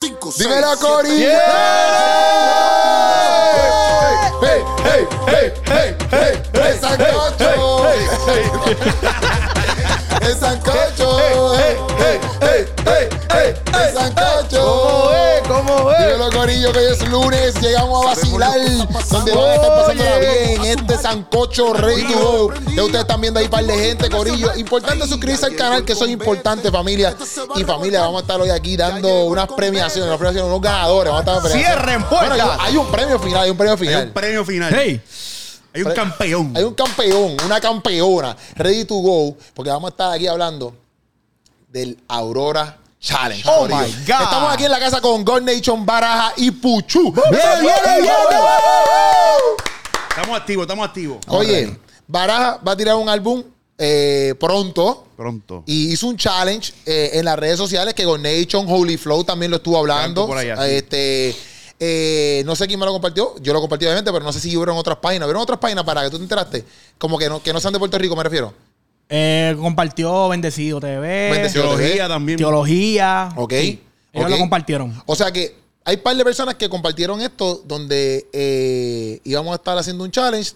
5, 6. ¡Dímelo, Cori! ¡Hey, hey, hey, hey, hey! ¡Es sancocho! ¡Es Eh, sancocho! ¡Es sancocho! ¿Cómo es? Dímelo, Corillo, que hoy es lunes, llegamos a vacilar, donde van a estar pasándola bien en este sancocho Rey to Go. Ya ustedes están viendo ahí par de gente, Corillo. Importante suscribirse al canal, que eso es importante, familia. Y familia, vamos a estar hoy aquí dando unas premiaciones, unas premiaciones, unos ganadores. Vamos a estar premiando. Cierren puertas. Bueno, hay, hay un premio final, hay un premio Hay un final. premio final. Hey, Hay un campeón. Hay un campeón, una campeona, ready to go, porque vamos a estar aquí hablando del Aurora Challenge. Oh Corillo. my God. Estamos aquí en la casa con God Nation Baraja y Puchu. ¡Bien, bien, bien, Estamos activos, estamos activos. Oye, Baraja va a tirar un álbum eh, pronto. Pronto. Y hizo un challenge eh, en las redes sociales que con Nation, Holy Flow también lo estuvo hablando. Por allá, sí. Este, eh, no sé quién me lo compartió. Yo lo compartí obviamente, pero no sé si hubieron otras páginas. ¿Vieron otras páginas para que tú te enteraste? Como que no, que no sean de Puerto Rico, me refiero. eh, compartió Bendecido TV, Bendecido. Teología también. Teología. Ok. Sí, Ellos ok. lo compartieron. O sea que hay un par de personas que compartieron esto donde eh, íbamos a estar haciendo un challenge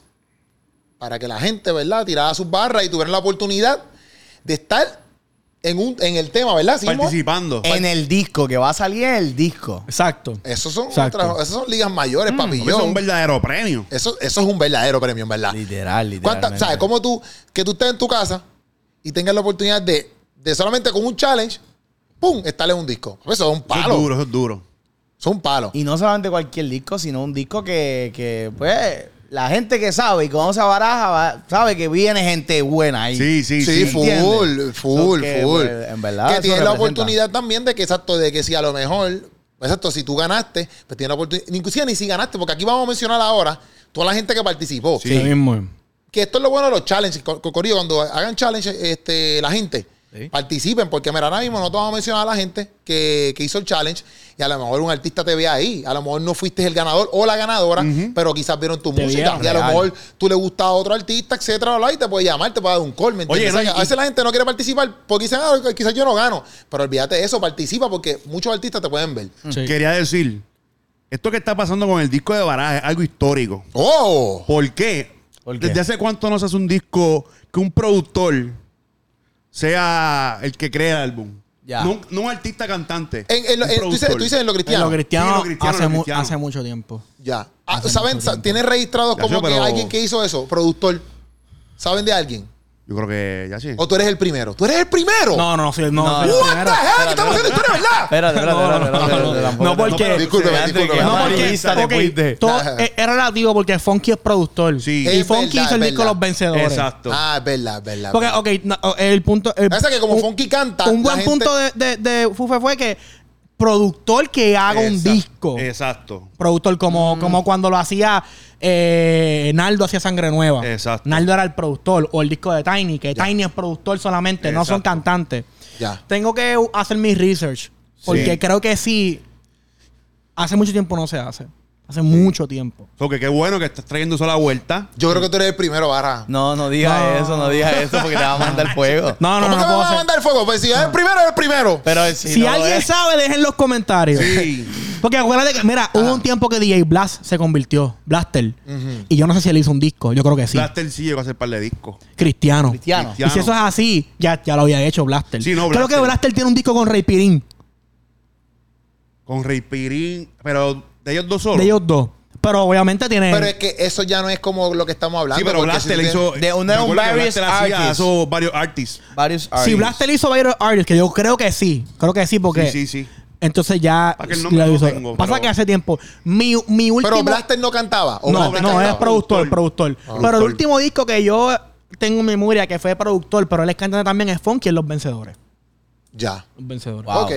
para que la gente, ¿verdad?, tirara sus barras y tuvieran la oportunidad de estar en, un, en el tema, ¿verdad? Simo? Participando. En el disco, que va a salir en el disco. Exacto. Esos son, Exacto. otras- esas son ligas mayores, papi. Eso es un verdadero premio. Eso, eso es un verdadero premio, en verdad. Literal, ¿Cuántas- literal. ¿Sabes? Como tú, que tú estés en tu casa y tengas la oportunidad de, de solamente con un challenge, ¡pum!, estarle un disco. Eso es un Eso es palo. duro, eso es duro. Eso es un palo. Y no solamente cualquier disco, sino un disco que, que, pues, la gente que sabe y conoce a Baraja va- sabe que viene gente buena ahí. Sí, sí, Sí, sí. full, ¿Entiendes? full, So que, full. pues, en verdad, Que eso tienes la representa. oportunidad también de que, exacto, de que si a lo mejor, exacto, si tú ganaste, pues tienes la oportunidad. Inclusive ni si ganaste, porque aquí vamos a mencionar ahora toda la gente que participó. Sí. Lo mismo. Que esto es lo bueno de los challenges, co- co- Corillo, cuando hagan challenges, este, la gente. Sí. Participen, porque mira, ahora mismo no te vamos a mencionar a la gente que, que hizo el challenge y a lo mejor un artista te ve ahí. A lo mejor no fuiste el ganador o la ganadora, pero quizás vieron tu Te música vieron, y a lo real. mejor tú le gusta a otro artista, etcétera, bla, y te puede llamar, te puede dar un call. ¿me Oye, entiendes? no, O sea, y- que a veces la gente no quiere participar porque dicen, ah, quizás yo no gano, pero olvídate de eso, participa porque muchos artistas te pueden ver. Sí. Quería decir, esto que está pasando con el disco de Baraja es algo histórico. ¡Oh! ¿Por qué? ¿Por qué? ¿Desde hace cuánto no se hace un disco que un productor sea el que crea el álbum? Ya. No, un- no un artista cantante. En- en lo- un en- tú, dices, productor. tú dices en lo En cristiano. Lo cristiano, Sí, lo cristiano, hace, lo mu- cristiano. hace mucho tiempo. Ya. Ah, ¿Saben? sa- ¿Tienen registrados Ya como sé, que pero- alguien que hizo eso? ¿Productor? ¿Saben de alguien? Yo creo que ya sí. ¿O tú eres el primero? ¿Tú eres el primero. No, no, no, soy, No, no, soy no. el What primero. the heck? Estamos haciendo historia, ¿verdad? Espérate, espérate, No, no, espérate, espérate, no, no. espérate, tampoco No, te- porque- pero- Discúlpeme, Andrew, discúlpeme. que No, más porque lista te ok, fuiste. todo Ajá. es, es relativo porque Funky es productor. Sí. Y Es Funky verdad, hizo el es disco verdad. Los Vencedores. Exacto. Ah, es verdad, es verdad. Porque, es verdad. ok, no, el punto. el- Pasa que como un- Funky canta, Un la buen gente- punto de, de, de Fufe fue que productor que haga un Exacto. Mm. disco. Exacto. productor como, como cuando lo hacía eh, Naldo hacía Sangre Nueva. Exacto. Naldo era el productor o el disco de Tiny, que Tiny es productor solamente, no son Exacto. cantantes. Ya. Tengo que hacer mi research porque Sí. creo que sí hace mucho tiempo no se hace. Hace mucho tiempo. Porque qué bueno que estás trayendo eso a la vuelta. Yo creo que tú eres el primero, Barra. No, no digas No. eso, no digas eso porque te va a mandar fuego. No, no, ¿Cómo que no, no me puedo van a hacer- mandar fuego? Pues si es el primero, es el primero. Pero si, Si no lo alguien es- sabe, dejen los comentarios. eh. Sí. Porque acuérdate que, mira, hubo un tiempo que DJ Blast se convirtió, Blaster. Y yo no sé si él hizo un disco, yo creo que sí. Blaster sí llegó a hacer par de discos. Cristiano. Cristiano. Y si eso es así, ya, ya lo había hecho Blaster. Sí, no, Creo Blaster. que Blaster tiene un disco con Rey Pirín, Con Rey Pirín. Pero de ellos dos solos. de ellos dos. Pero obviamente tiene. Pero es que eso ya no es como lo que estamos hablando. sí, pero porque Blaster si tú le hizo. tienes- De un- de me un acuerdo que various Blaster hacía artists. esos varios artists. Varios si artists. Blaster hizo varios artists, que yo creo que sí. Creo que sí, porque. Sí, sí, sí. Entonces ya. Para que el nombre lo no hizo. tengo, Pasa pero- que hace tiempo. Mi, mi último. Pero Blaster no cantaba. ¿o no, Blaster Ah, no, cantaba? es productor, productor. Pero el Productor. último disco que yo tengo en memoria que fue productor, pero él es cantante también, es Funky en Los Vencedores. Ya. Los Vencedores. Wow. Ok.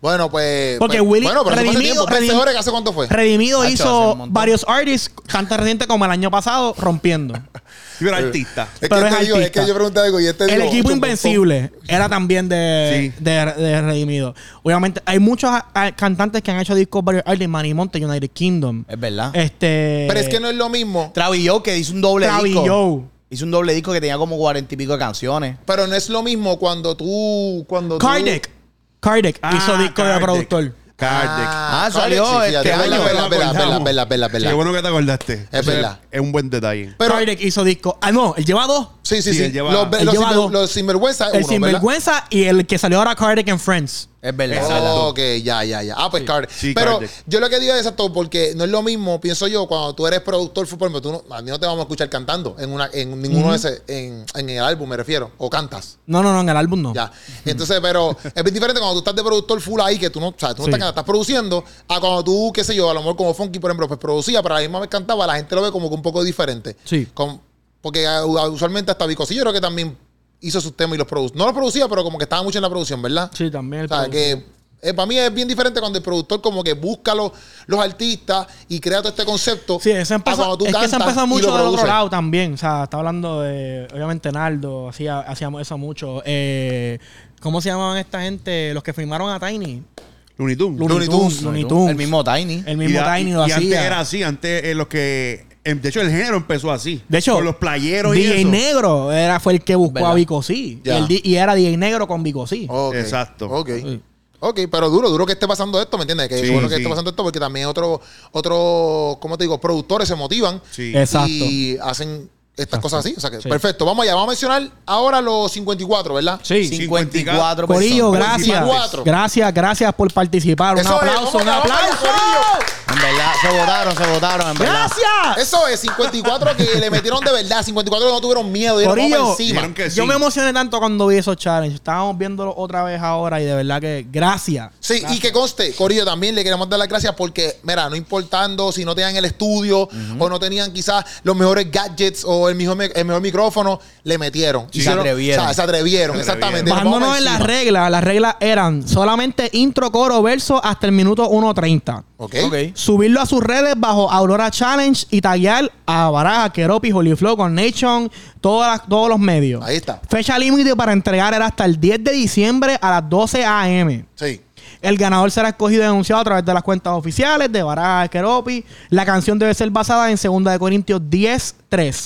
Bueno, pues. Porque pues- Willy. Bueno, pero eso fue hace Redimido- tiempo. Redim- Vencedores, ¿hace cuánto fue? Redimido Hacho, hace hizo un montón. varios artists, canta reciente como el año pasado, rompiendo. Sí, Eh. pero artista. Es que, Pero yo es te digo, es artista. que yo pregunté algo y este El dijo, equipo "Ocho, invencible era también de, Sí. de- de Redimido. Obviamente, hay muchos ah, ah, cantantes que han hecho discos varios artists, Manny Monte, United Kingdom. Es verdad. Este. Pero es que no es lo mismo. Travis eh, Joe que hizo un doble Travis disco. Joe. Hizo un doble disco que tenía como cuarenta y pico de canciones. Pero no es lo mismo cuando tú. Cuando tú- Kardec. Kardec Ah, hizo disco de Kardec. productor. Kardec. Ah, salió sí, sí, este es verdad, año. verdad, verdad, acordamos. verdad, verdad, verdad. Qué bueno que te acordaste. Es Eso verdad. Es un buen detalle. Pero, Kardec hizo disco. Ah, no, el llevado. sí, sí, Sí, sí. él lleva- los, él los lleva sinver- dos. los sinvergüenza, El uno, sinvergüenza y el que salió ahora Kardec and Friends. Es verdad. ¿verdad? Oh, Exacto. Ok, ya, ya, ya. Ah, pues Kardec. Sí, pero Kardec. yo lo que digo es exacto, porque no es lo mismo, pienso yo, cuando tú eres productor de fútbol, pero tú no, a mí no te vamos a escuchar cantando en una, en ninguno de ese, en, en el álbum me refiero. O cantas. No, no, no, en el álbum no. Ya. Entonces, pero es bien diferente cuando tú estás de productor full ahí, que tú no, o sea, tú no Sí. estás, cantando, estás produciendo, a cuando tú, qué sé yo, a lo mejor como Funky, por ejemplo, pues producía, pero a la misma vez cantaba, la gente lo ve como que un poco diferente. Sí. Con- porque ah, usualmente hasta Vicosillo creo que también hizo sus temas y los producía. No los producía, pero como que estaba mucho en la producción, ¿verdad? Sí, también. O el sea, productor. que eh, para mí es bien diferente cuando el productor como que busca los, los artistas y crea todo este concepto. Sí, eso a empezó, cuando tú es que eso cantas empezó y mucho lo del otro produces. lado también. O sea, está hablando de, obviamente, Nardo, hacía, hacíamos eso mucho. Eh, ¿Cómo se llamaban esta gente? Los que firmaron a Tiny. Looney Tunes. Looney Tunes. Looney Tunes. El mismo Tiny. El mismo Y- Tiny y- lo y Antes era hacía. así, antes eh, los que. em, De hecho, el género empezó así. De hecho, con los playeros DJ y eso. Negro era, fue el que buscó ¿Verdad? a Vico C. Y, Ya. el di- y era DJ Negro con Vico C. Oh, Ok, Exacto. Ok. Ok, pero duro, duro que esté pasando esto, ¿me entiendes? Que Sí, es bueno que sí. esté pasando esto porque también otros, otros, ¿cómo te digo? Productores se motivan Sí. Exacto. y hacen estas cosas así. O sea que, Sí. perfecto. Vamos allá, vamos a mencionar ahora los 54, ¿verdad? Sí. 54 Corillo, pues personas. gracias. 24. Gracias, gracias por participar. Un Eso es, aplauso, vamos un allá, vamos allá, aplauso. Corillo. En verdad, se votaron, se votaron, en verdad. Gracias. Eso es, 54 que le metieron de verdad, 54 que no tuvieron miedo, dieron Corillo, vamos encima. Dijeron que sí. yo me emocioné tanto cuando vi esos challenges. Estábamos viéndolo otra vez ahora y de verdad que gracias. Sí, y que conste, Corillo, también le queremos dar las gracias porque, mira, no importando si no tenían el estudio o no tenían quizás los mejores gadgets o el mejor, mi- el mejor micrófono, le metieron. Y se atrevieron. o sea, se atrevieron, Se atrevieron. exactamente. Nos Bajándonos vamos en las encima. reglas, las reglas eran solamente intro, coro, verso hasta el minuto 1.30. Ok. Ok. Subirlo a sus redes bajo Aurora Challenge y taggear a Baraja, Keropi, Holy Flow, con Nation, todas las- todos los medios. Ahí está. Fecha límite para entregar era hasta el 10 de diciembre a las 12 a.m. Sí. El ganador será escogido y anunciado a través de las cuentas oficiales de Baraja Keropi. La canción debe ser basada en 2 de Corintios 10.3.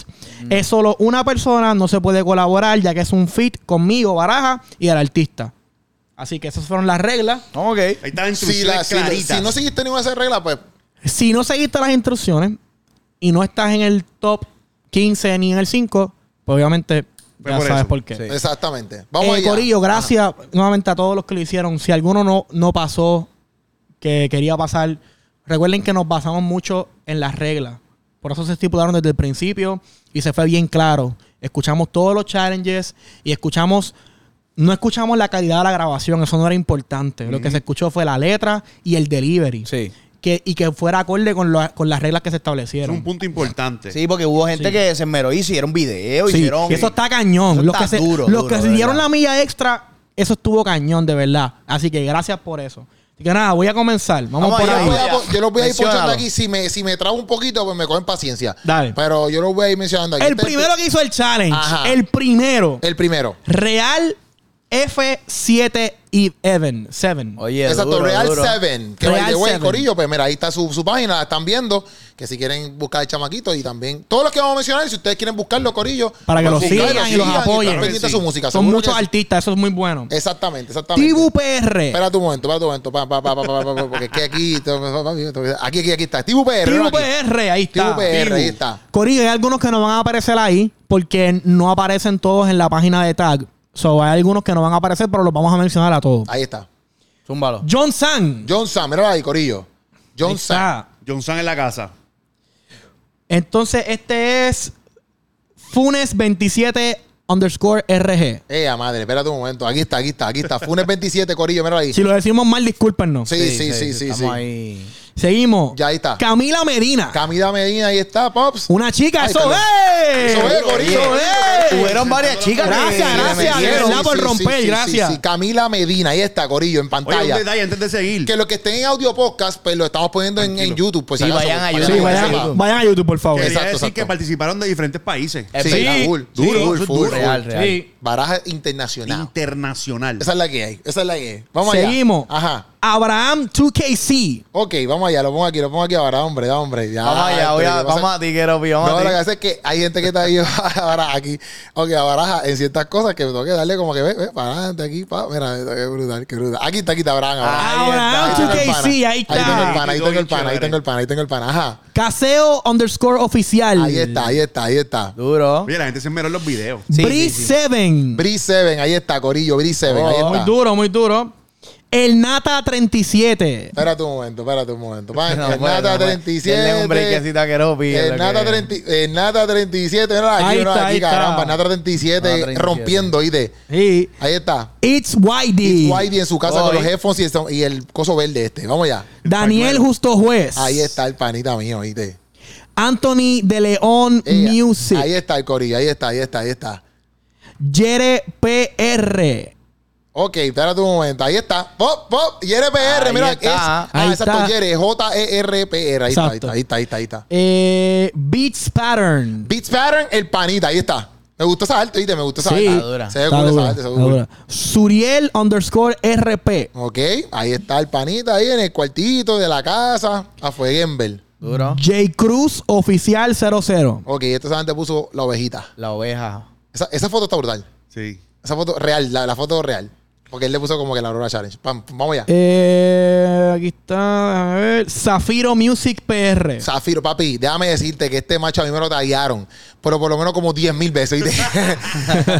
Es solo una persona, no se puede colaborar ya que es un fit conmigo, Baraja, y el artista. Así que esas fueron las reglas. Ok. Ahí están en sus Si, la- claritas. si la- si no seguiste ninguna de esas reglas, pues Si no seguiste las instrucciones y no estás en el top 15 ni en el 5, pues obviamente Fue ya por sabes eso. por qué. Sí. exactamente. Vamos Eh, allá. Corillo, gracias nuevamente a todos los que lo hicieron. Si alguno no, no pasó, que quería pasar, recuerden que nos basamos mucho en las reglas. Por eso se estipularon desde el principio y se fue bien claro. Escuchamos todos los challenges y escuchamos. No escuchamos la calidad de la grabación, eso no era importante. Lo que se escuchó fue la letra y el delivery. Sí. Que, y que fuera acorde con, lo- con las reglas que se es establecieron. un punto importante. Sí, porque hubo gente Sí. que se enmeró y hicieron video, Sí, hicieron. eso está cañón. Eso los está que se, duro, los duro, que se de dieron verdad. la milla extra, eso estuvo cañón, de verdad. Así que gracias por eso. Así que nada, voy a comenzar. Vamos, Vamos por Yo allá, ahí. voy a- Vamos allá. yo los voy a ir Menciónalo. ponchando aquí. Si me, si me trago un poquito, pues me cogen paciencia. Dale. Pero yo los voy a ir mencionando aquí. El Este es primero que hizo el challenge, Ajá. el primero, El primero. Real F7 y Even, 7. Oye, Exacto, duro, Real duro. 7. Que Real by the way, Seven. Corillo, pues mira, ahí está su, su página, la están viendo. Que si quieren buscar el chamaquito y también. Todos los que vamos a mencionar, si ustedes quieren buscarlo, Corillo. Para que pues, los búsquenlo, sigan y los estén apoyen. pendientes de Sí. su música. Son seguro muchos que sí. artistas, eso es muy bueno. Eh, Exactamente, exactamente. Tibu PR. Espera tu momento, espera tu momento. Pa, pa, pa, pa, pa, pa, pa, porque es que aquí. Aquí, aquí, aquí está. Tibu PR. ¿no? Tibu Aquí. PR, ahí está. Tibu PR, ahí Tibu. está. Corillo, hay algunos que no van a aparecer ahí porque no aparecen todos en la página de tag. So, hay algunos que no van a aparecer, pero los vamos a mencionar a todos. Ahí está. Zúmbalo. John San. John Sam, míralo ahí, Corillo. John Sam. Está. Johnson en la casa. Entonces, este es Funes27 underscore RG. Ea, madre, espérate un momento. Aquí está, aquí está, aquí está. Funes 27, Corillo, míralo ahí. Si Sí, lo decimos mal, discúlpenos. sí, sí, sí. Estamos sí. ahí. Seguimos. Ya ahí está. Camila Medina. Camila Medina, ahí está, Pops. Una chica, Ay, eso perdón. es. Eso es, Oye, Corillo. eh. Eso eh. es. Hubieron varias chicas. que- Gracias, que gracias, metieron. de verdad. por romper, gracias. Camila Medina, ahí está, Corillo, en Oye, un pantalla. detalle antes de seguir. que los que estén en audio podcast, pues lo estamos poniendo en, en Tranquilo. YouTube. Pues, Sí, si acaso, vayan a para que Sí, YouTube, la gente vayan a sepa. YouTube. vayan a YouTube, por favor. Quería Exacto, decir exacto. Eh, que participaron de diferentes países. Es Sí, verdad. full, Sí, duro, eso full, es full, duro. real. Real, real. Sí. Baraja internacional. Internacional. Esa es la que hay, esa es la que hay. Vamos allá. Seguimos. Ajá. Abraham 2KC. Ok, vamos allá, lo pongo aquí, lo pongo aquí ahora, hombre, da, hombre. Ya, Vamos allá, voy a- este, vamos pasa- a tiguero, pi, No, vamos lo que a ti. pasa es que hay gente que está ahí ahora aquí, ok, baraja en ciertas cosas que tengo que darle como que ve, ve, para adelante aquí, pa, mira, qué brutal, qué brutal. Aquí está, aquí está Abraham. ahora. Ahí Abraham está. tengo el 2KC, pana. Ah, ahí Ahí tengo el está. pana, ahí Aquí tengo el bien pana, ahí chévere. tengo el pana, ahí tengo el pana, ajá. Caseo underscore oficial. Ahí está, ahí está, ahí está. Duro. Mira, la gente se miró los videos. Sí, Bree sí, Oh, sí. 7. Bree Seven, ahí está, Corillo, Bree Seven, ahí Oh, Muy está. duro, muy duro. El Nata 37. Espérate un momento, espérate un momento. Pa, No, Ah, el bueno, Nata bueno. Denle un 37. breakcito a Quero, pi, el lo Nata que- 30 el Nata 37, mira aquí, Ahí mira está, aquí, ahí está. caramba, Nata Nata 37 37. rompiendo, ¿oíste? Y Ahí está. It's Y Whitey. Whitey en su casa con Hoy. los headphones y el, y el coso verde este. Vamos allá. Daniel Justo Juez. Ahí está el panita mío, ¿viste? Anthony de León Eh, Music. Ahí está el corillo, ahí está, ahí está, ahí está. Jere PR. Ok, espérate un momento. Ahí está. Pop, pop. YRPR, Ahí mira. está. es- ah, Ahí exacto. está. Yere, E J-E-R-P-R. Ahí está, ahí Exacto. está, ahí está, ahí está, ahí está. Eh, Beats Pattern. Beats Pattern, el panita, ahí está. Me gustó esa arte, ¿viste? Me gustó esa Sí. arte. Está dura. Se ve Está cool esa dura, arte, se ve está cool. dura. Suriel underscore RP. Ok, ahí está el panita ahí en el cuartito de la casa. A Fueguembel. Duro. J. Cruz Oficial 00. Ok, esta solamente puso la ovejita. La oveja. Esa, esa foto está brutal. Sí. Esa foto real, la, la foto real. Porque él le puso como que la Aurora Challenge. Pam, pam, vamos allá. Eh, aquí está. A ver. Zafiro Music PR. Zafiro, papi, déjame decirte que este macho a mí me lo tallaron. Pero por lo menos como 10 mil veces. ¿oíste?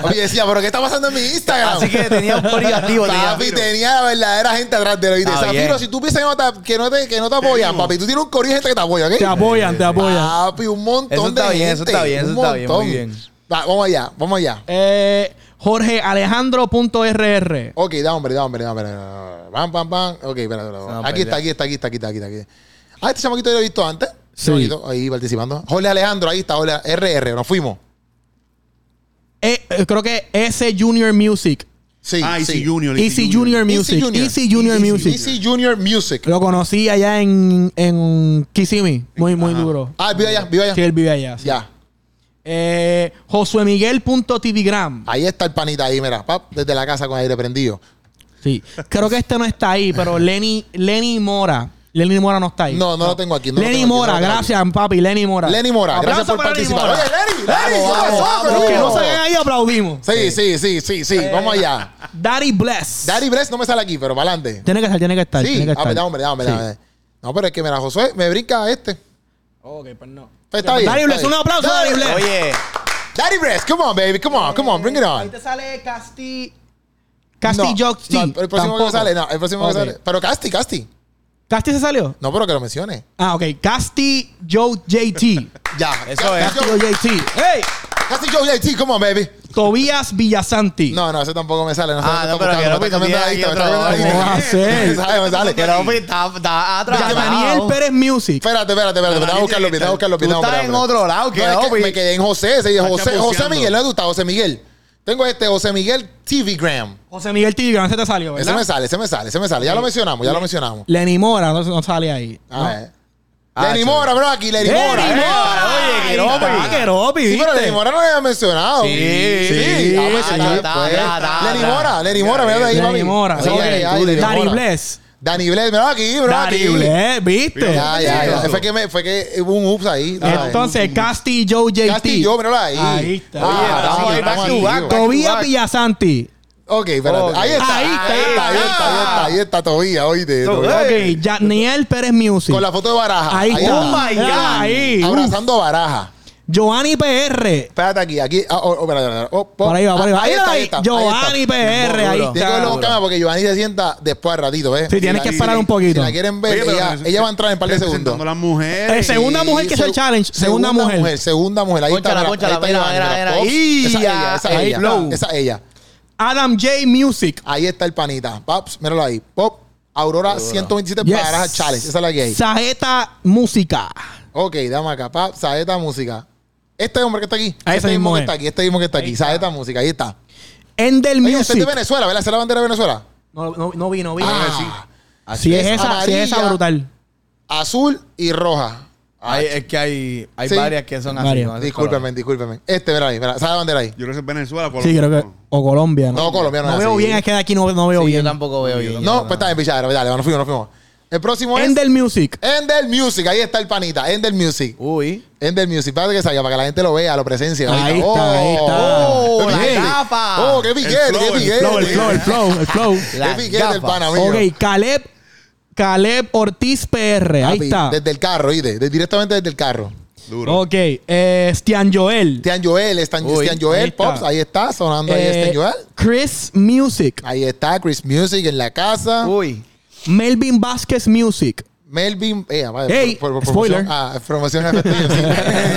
papi decía, ¿pero qué está pasando en mi Instagram? Así que tenía un corillo activo. tenía. Papi, tenía la verdadera gente atrás de él. ¿oíste? Está Zafiro, bien. si tú piensas que no te, que no te, que no te apoyan, papi, tú tienes un corillo de gente que te apoya, ¿ok? Te apoyan, te apoyan. Papi, un montón Eso está de bien, gente. eso está bien, un eso está bien, muy montón. bien. Va, vamos allá, vamos allá. Eh, Jorge Alejandro.rr. Ok, da hombre, da hombre, da hombre. Pam, pam, pam. Ok, espera, espera, espera. van a Aquí está, pelear. aquí está, aquí está, aquí está, aquí está, aquí está. Ah, este chamaquito yo lo he visto antes. Sí. Chamaquito, Ahí participando. Jorge Alejandro, ahí está, Jorge RR, nos fuimos. Eh, eh, creo que S Junior Music. Sí, ah, Easy sí. Junior. Easy Junior Music. Easy Junior Music. Easy Junior Music. Lo conocí allá en, en Kissimmee. Muy, muy Ajá. duro. Ah, viva allá, viva allá. Sí, él vive allá. sí. Ya. Eh, josuemiguel.tvgram. Ahí está el panita ahí, mira. Pap, desde la casa con aire prendido. Sí. Creo que este no está ahí, pero Lenny, Lenny Mora. Lenny Mora no está ahí. No, no lo tengo aquí, no lo Lenny tengo aquí, Mora, no lo tengo gracias, papi. Lenny Mora. Lenny Mora, gracias por Aplauso para participar. Mora. Oye, Lenny, Lenny, ¿qué Vamos, pasó, vamos, Los que bro? no salgan ahí Eh. aplaudimos. Sí, sí, sí, sí, sí. Vamos allá. Daddy Bless. Daddy Bress no me sale aquí, pero para adelante. Tiene que estar, tiene que estar. Sí, tiene que estar. ah, da, hombre, da, hombre, da, Sí. hombre. No, pero es que mira, Josué, me brinca este. Ok, pues no. Pues está bien. Daddy está Bless, bien. un aplauso, Daddy Daddy Bless. Oye, Daddy Breast, come on, baby, come on, come on, bring it Ahí on. te sale Casti. No, Casti Jocks no, el próximo Tampoco. que sale, no, el próximo Ok. que sale. Pero Casti, Casti. ¿Casti se salió? No, pero que lo mencione. Ah, ok. Casti Joe JT. Ya. Casti Eso es. Joe- Casti Joe JT. ¡Hey! Casti Joe JT, come on, baby. Tobias Villasanti. No, no, ese tampoco me sale. No sé Ah, dónde no, está pero buscando, que me no, está pues, cambiando tú la tienes lista, aquí me está cambiando la lista. Me otro, ¿cómo va a sale, me sale. que no, pi, está, está atrás. Daniel Pérez Music. Espérate, espérate, espérate. Tengo que buscarlo, tengo que buscarlo. Tú no, estás espérate, en espérate. otro lado, No, que es no, pues. que pi. me quedé en José. Ese, José, José chapuceando. Miguel, ¿no te gusta José Miguel? Tengo este José Miguel TV Graham. José Miguel Tigran, ese te salió, Ese ¿verdad? me sale, ese me sale, ese me sale. Ya lo mencionamos, ya lo mencionamos. Lenny Mora no, no sale ahí. Ah, ¿no? eh. Lenny Ah, Mora, bro, aquí Lenny ¡Lenny Mora. eh. Mora! Oye, Ahí Queropi. está, Queropi, Sí, pero ¿viste? Lenny Mora no lo había mencionado. Sí, sí. sí. Ah, pues, Ta, sí, ta, ta, pues. ta, ta, Lenny ta. Mora, Lenny Mora, mira ahí, Lenny papi. Mora. Ahí, ok. ahí, ahí, Lenny Daddy Mora. Bless. Dani Bless, mira aquí, bro, Daddy aquí. Bless, ¿viste? Ya, ya, ya. Exacto. Fue que, me, fue que hubo un ups ahí. ¿sabes? Entonces, Casti Joe JT. Castillo, míralo ahí. Ahí está. Ah, Oye, estamos sí, ahí back to ahí, back, tío. to Tobias back. Villasanti. Ok, espérate. Ok. Ahí está, ahí Ahí está, está. ahí está, ahí está, ahí está, Tobía, oíste. Tobía. Ok, Janiel Pérez Music. Con la foto de Baraja. Ahí, Ahí está. está. Oh my God. Ah, Ahí. Uf. Abrazando a Baraja. Giovanni PR. Espérate aquí, aquí. ah, oh, oh, espera, espera, oh, oh. Por ahí va, por ahí va. Ah, Ahí está, ahí Ay, está. ahí Giovanni está. PR, ahí Tengo Duro. que verlo con está. cámara porque Giovanni se sienta después al ratito, ¿ves? Sí, tienes que Sí, esperar sí. un Si poquito. la quieren ver, Oye, pero ella, eso- ella va a entrar en un par de representando segundos. a las mujeres. Eh, segunda mujer que hizo el segu- challenge, segunda mujer. Segunda mujer, ahí Pónchala, está. pónchala, ahí está mira, Giovanni, mira, mira, mira. Pops. Esa Ella, es ahí ella, esa es flow. ella. Esa es ella. Adam J Music. Ahí está el panita. Pops, míralo ahí. Pop, Aurora 127 Yes. Baraja Challenge. Esa es la que hay. Sajeta Música. Ok, dame acá. Pop, Saeta Música. Este hombre que está aquí. Ah, este ese mismo que es. está aquí. Este mismo que está aquí. Saeta Música. Ahí está. Endel Oye, ese es de Music. Venezuela, ¿verdad? Esa es la bandera de Venezuela. No, no, no vi, no vi. Ah, sí. si es es esa, si es esa amarilla. brutal. azul y roja. Hay, es que hay, hay Sí. varias que son así. Varias. con esos Discúlpeme, discúlpeme. Este, mira ahí, mira, ¿sabe bandera ahí? Yo creo que es Venezuela. Colombia. Sí, creo que. O Colombia, ¿no? No, colombiano. No es veo así. bien, es que de aquí no, no colores. veo Sí, yo bien. tampoco veo bien. No, pues está bien, pichadero, dale, nos fuimos, nos fuimos. El próximo es. Ender Music. Ender Music, ahí está el panita, Ender Music. Uy. Ender Music, espérate que salga para que la gente lo vea, lo presencie. Ahí ahorita. está, ahí está. Oh, Oh, la billete. gafa. Oh, qué billete, flow, qué el billete. Flow, el flow, el flow, el flow. Qué Las billete el gafas. pana mío. Ok, Caleb. Caleb Ortiz PR. Ahí Papi, está. Desde el carro, ¿oíste? De- directamente desde el carro. Duro. Ok, eh, Stian Joel. Estian Joel, Stan, Uy, Estian Joel, ahí está. Pops, ahí está, sonando ahí Eh, Estian Joel. Chris Music. Ahí está Chris Music en la casa. Uy. Melvin Vázquez Music. Melvin, eh, madre, Hey, spoiler. promoción, ah, promoción F tuyo,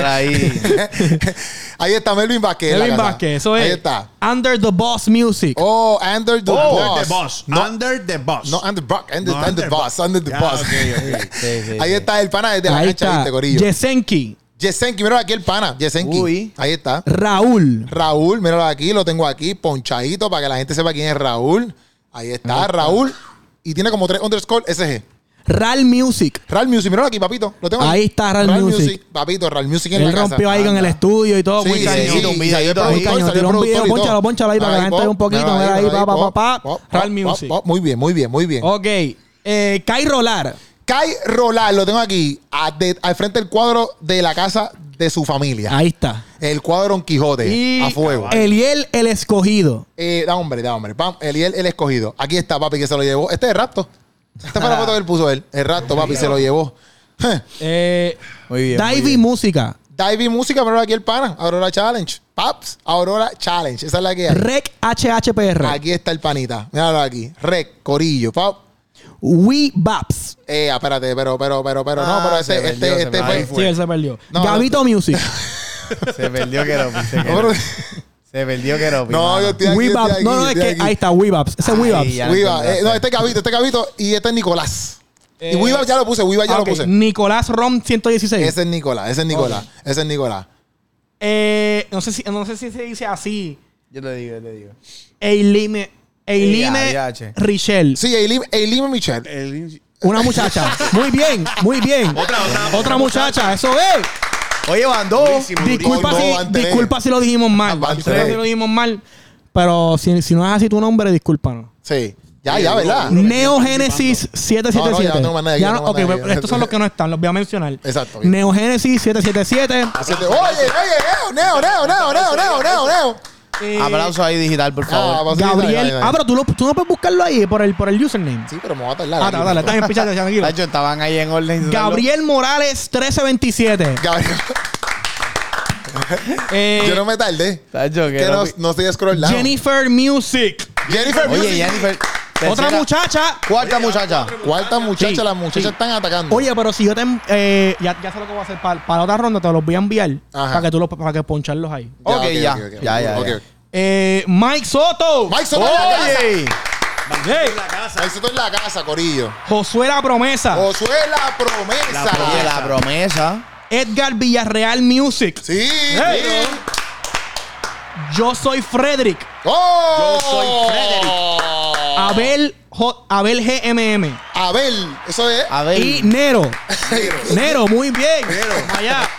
Ahí. sí. ahí está Melvin Vázquez. en la Melvin casa. Vázquez, eso es. Ahí está. Under the Boss Music. Oh, Under the Under Boss. the boss. No, Under the boss. no, Under Buck, Under, No, under, Under Boss, Buck. Under the Ya, Boss. ok, ok. Sí, sí, Ahí sí. está el pana desde la Ahí cancha, está. ¿viste, Corillo? Yesenki. Yesenki, mira aquí el pana, Yesenki. Uy. Ahí está. Raúl. Raúl, míralo aquí, lo tengo aquí, ponchadito, para que la gente sepa quién es Raúl. Ahí está, Raúl. Y tiene como tres underscore SG. Ral Music. Ral Music, míralo aquí, papito. Lo tengo Ahí aquí. está Ral Music. Papito, Ral Music en Él la casa. rompió ahí con el Anda. estudio y todo. Sí, muy sí, cañón. sí, cañón. Un y salió el videito ahí. productor, Cañón, salió tiró el un productor video, y todo. ponchalo, ponchalo ahí para que la gente pop, vea un poquito, míralo mira ahí, pa, pa, pop, pa, pa, pop, Ral pop, Music. Oh. pop, Muy bien, muy bien, muy bien. Ok. Eh, Kai Rolar. Kai Rolar, lo tengo aquí, a- de- al frente del cuadro de la casa de su familia. Ahí está. El cuadro Don Quijote, Y a fuego. Eliel el escogido. Eh, da hombre, da hombre. Pam, Eliel, el escogido. Aquí está, papi, que se lo llevó. Este es el rapto. Esta fue la foto que él puso él. El rapto, papi, se lo llevó. Eh, Muy bien. muy Divey bien. Música. Diving Música, pero aquí el pana. Aurora Challenge. Paps, Aurora Challenge. Esa es la que hay. Rec HHPR. Aquí está el panita. Míralo aquí. Rec, Corillo, pap. We Baps. Eh, espérate, pero, pero, pero, pero, no, Ah, pero este, se este, perdió, se este perdió. fue. Ahí Sí, él se perdió. No, Gabito Music. Se perdió que no se No, pero- quedó. Se perdió que no No, yo estoy aquí, We yo estoy Baps. aquí, No, no, yo es estoy que aquí. ahí está, We Baps. Ese es We Ay, Baps. ya. Weeba, eh, no, este es Gabito, este es Gabito y este es Nicolás. y Eh, Weeba ya lo puse, Weeba ya Ah, lo ok. puse. Nicolás Rom 116. Ese es Nicolás, ese es Nicolás, ese es Nicolás. Eh, no, sé si, no sé si se dice así. Yo te digo, yo te digo. Eiline. Eh, Eiline ya, ya, che. Richel. Sí, Eileen Eileen Michelle. El- Una muchacha. Muy bien, muy bien. Otra, otra, Otra muchacha, eso es. Oye, mandó. Durísimo, durísimo. Disculpa, Colgó, si, van tres. disculpa si lo dijimos mal. Ah, van Disculpa tres. si lo dijimos mal. Pero si, si no es así tu nombre, discúlpanos. Sí, ya, Ah, ya, ¿verdad? Neogénesis No, no, ya no 777. tengo más nadie, Ya ya no- no tengo ok, más pues nadie. estos son los que no están, los voy a mencionar. Exacto, bien. Neogénesis 777. Así te- Oye, oye, Neo, Neo, Neo, Neo, Neo, Neo, Neo, Neo. eh, Aplauso ahí digital, por Ah, favor. vamos, sí, dale, Gabriel. dale. Ah, pero tú, lo- tú no puedes buscarlo ahí eh, por el, por el username. Sí, pero me voy a tardar. Ah, aquí. dale, dale, está bien, pichate, ya, tranquilo. Nacho, estaban ahí en orden. Gabriel Morales 1327. Gabriel, Eh, yo no me tardé. Nacho, que Que no- no, no estoy scrollando. Jennifer Music. Jennifer Oye, Music. Jennifer. Otra tercera- muchacha. Cuarta muchacha. Cuarta muchacha, Sí, las muchachas sí. están atacando. Oye, pero si yo te. eh, ya, ya sé lo que voy a hacer. Para, para otra ronda te los voy a enviar. Ajá. Para que tú los. Para que poncharlos ahí. ok, ya. ok, ok. Ya, ya, Ok, ya. ok. Eh, Mike Soto. Mike Soto en la casa. Oye. Bandido en la casa. Mike Soto en la casa, Corillo. Josué La Promesa. Josué la promesa. La Oye, la promesa. Edgar Villarreal Music. Sí. Hey. sí. Yo soy Frederick. ¡Oh! Yo soy Frederick. Ah. Abel, J- Abel GMM. Abel, eso es. A ver. Y Nero. Nero, muy bien. Nero. Allá.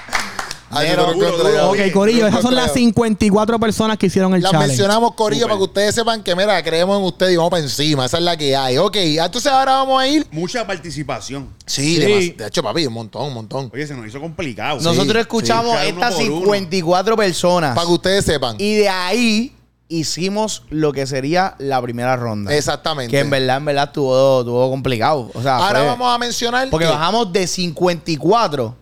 Ay, Nero, yo no encuentro duro, la- duro. Ok, Bien, Corillo, no esas son encuentro las la- 54 personas que hicieron el Las challenge. mencionamos, Corillo, Súper. para que ustedes sepan que, mira, creemos en ustedes y vamos para encima. Esa es la que hay. Ok, entonces ahora vamos a ir. Mucha participación. Sí, Sí. demas- de hecho, papi, un montón, un montón. Oye, se nos hizo complicado. Nosotros sí, escuchamos sí. estas Cada uno por uno. 54 personas. Para que ustedes sepan. Y de ahí hicimos lo que sería la primera ronda. Exactamente. Que en verdad, en verdad, estuvo, estuvo complicado. O sea, ahora fue- vamos a mencionar. Porque que- bajamos de 54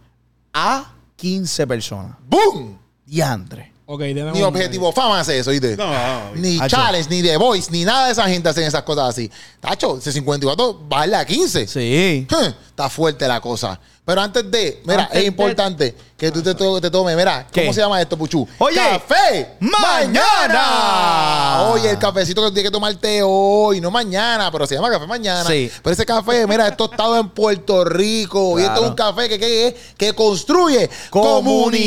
a 15 personas. ¡Boom! Diantre. Ok, deme Ni un- objetivo fama hace eso, ¿oíste? No, no, no. Ni Hacho. Challenge, ni The Voice, ni nada de esa gente hacen esas cosas así. Tacho, ese 54, bajarle a 15. Sí. Huh, Está fuerte la cosa. Pero antes de, mira, Antes es de- importante que tú te, to- te tomes, mira, ¿Qué? ¿cómo se llama esto, Puchu? Oye, ¡Café! mañana. Oye, el cafecito que tienes que tomarte hoy, no mañana, pero se llama café mañana. Sí. Pero ese café, mira, es tostado en Puerto Rico. Y esto es un café que, que, que construye comunidades.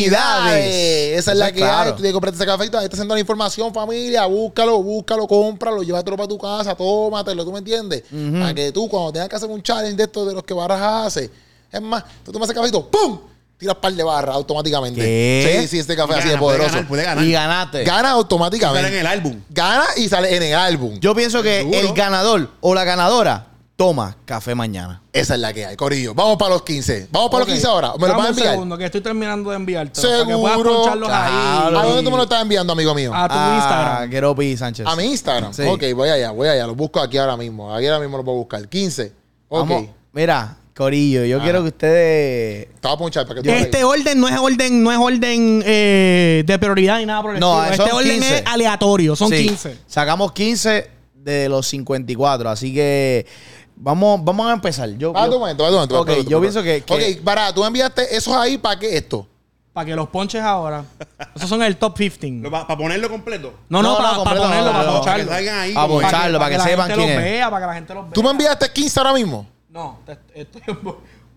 Comunidades. Esa es la Eso es que hay. claro. Tú tienes que comprarte ese cafecito. Ahí está haciendo la información, familia. Búscalo, búscalo, cómpralo, llévatelo para tu casa, tómatelo, ¿tú me entiendes? Para que tú, cuando tengas que hacer un challenge de estos de los que Barajas hace, es más, tú tomas ese cafecito, ¡pum! tiras par de barras automáticamente. ¿Qué? Sí, sí, este café así de Gana, pues, poderoso. Puede ganar, Y puede ganar. ganaste. Gana Gana en automáticamente. el álbum. Gana y sale en el álbum. Yo pienso que Seguro. el ganador o la ganadora toma café mañana. Esa es la que hay, Corillo. Vamos para los 15. Vamos para Ok. los 15 ahora. ¿Me lo Dame vas a un enviar? segundo, que estoy terminando de enviarte. Para que Seguro. puedas escucharlos ahí. ¿A dónde tú me lo estás enviando, amigo mío? A tu Instagram. Ah, Quiero Pi Sánchez. A mi Instagram. Sí. Ok, voy allá, voy allá. Lo busco aquí ahora mismo. Aquí ahora mismo lo voy a buscar. 15. Ok. Vamos. Mira, Corillo, yo Ah. quiero que ustedes. Te voy a punchar para que tú Este orden no es orden, no es orden eh, de prioridad ni nada por el No, estilo. son Este orden 15. es aleatorio, son Sí, 15. Sacamos 15 de los 54. Así que vamos, vamos a empezar. Yo, Va a tu yo- Ah, momento, va a tu momento. va a tu Ok, momento, va yo a tu pienso momento. que- que- Ok, para, tú enviaste esos ahí para que esto. Para que los ponches ahora. Esos son el top 15. Para ponerlo completo. No, No, no, para no, completo, ponerlo, no, para no, no. Para que poncharlo. salgan ahí. Ah, como- bueno. Poncharlo, para que sepan la gente quién los es. vea, para que la gente los vea. ¿Tú me enviaste 15 ahora mismo? No, te- estoy-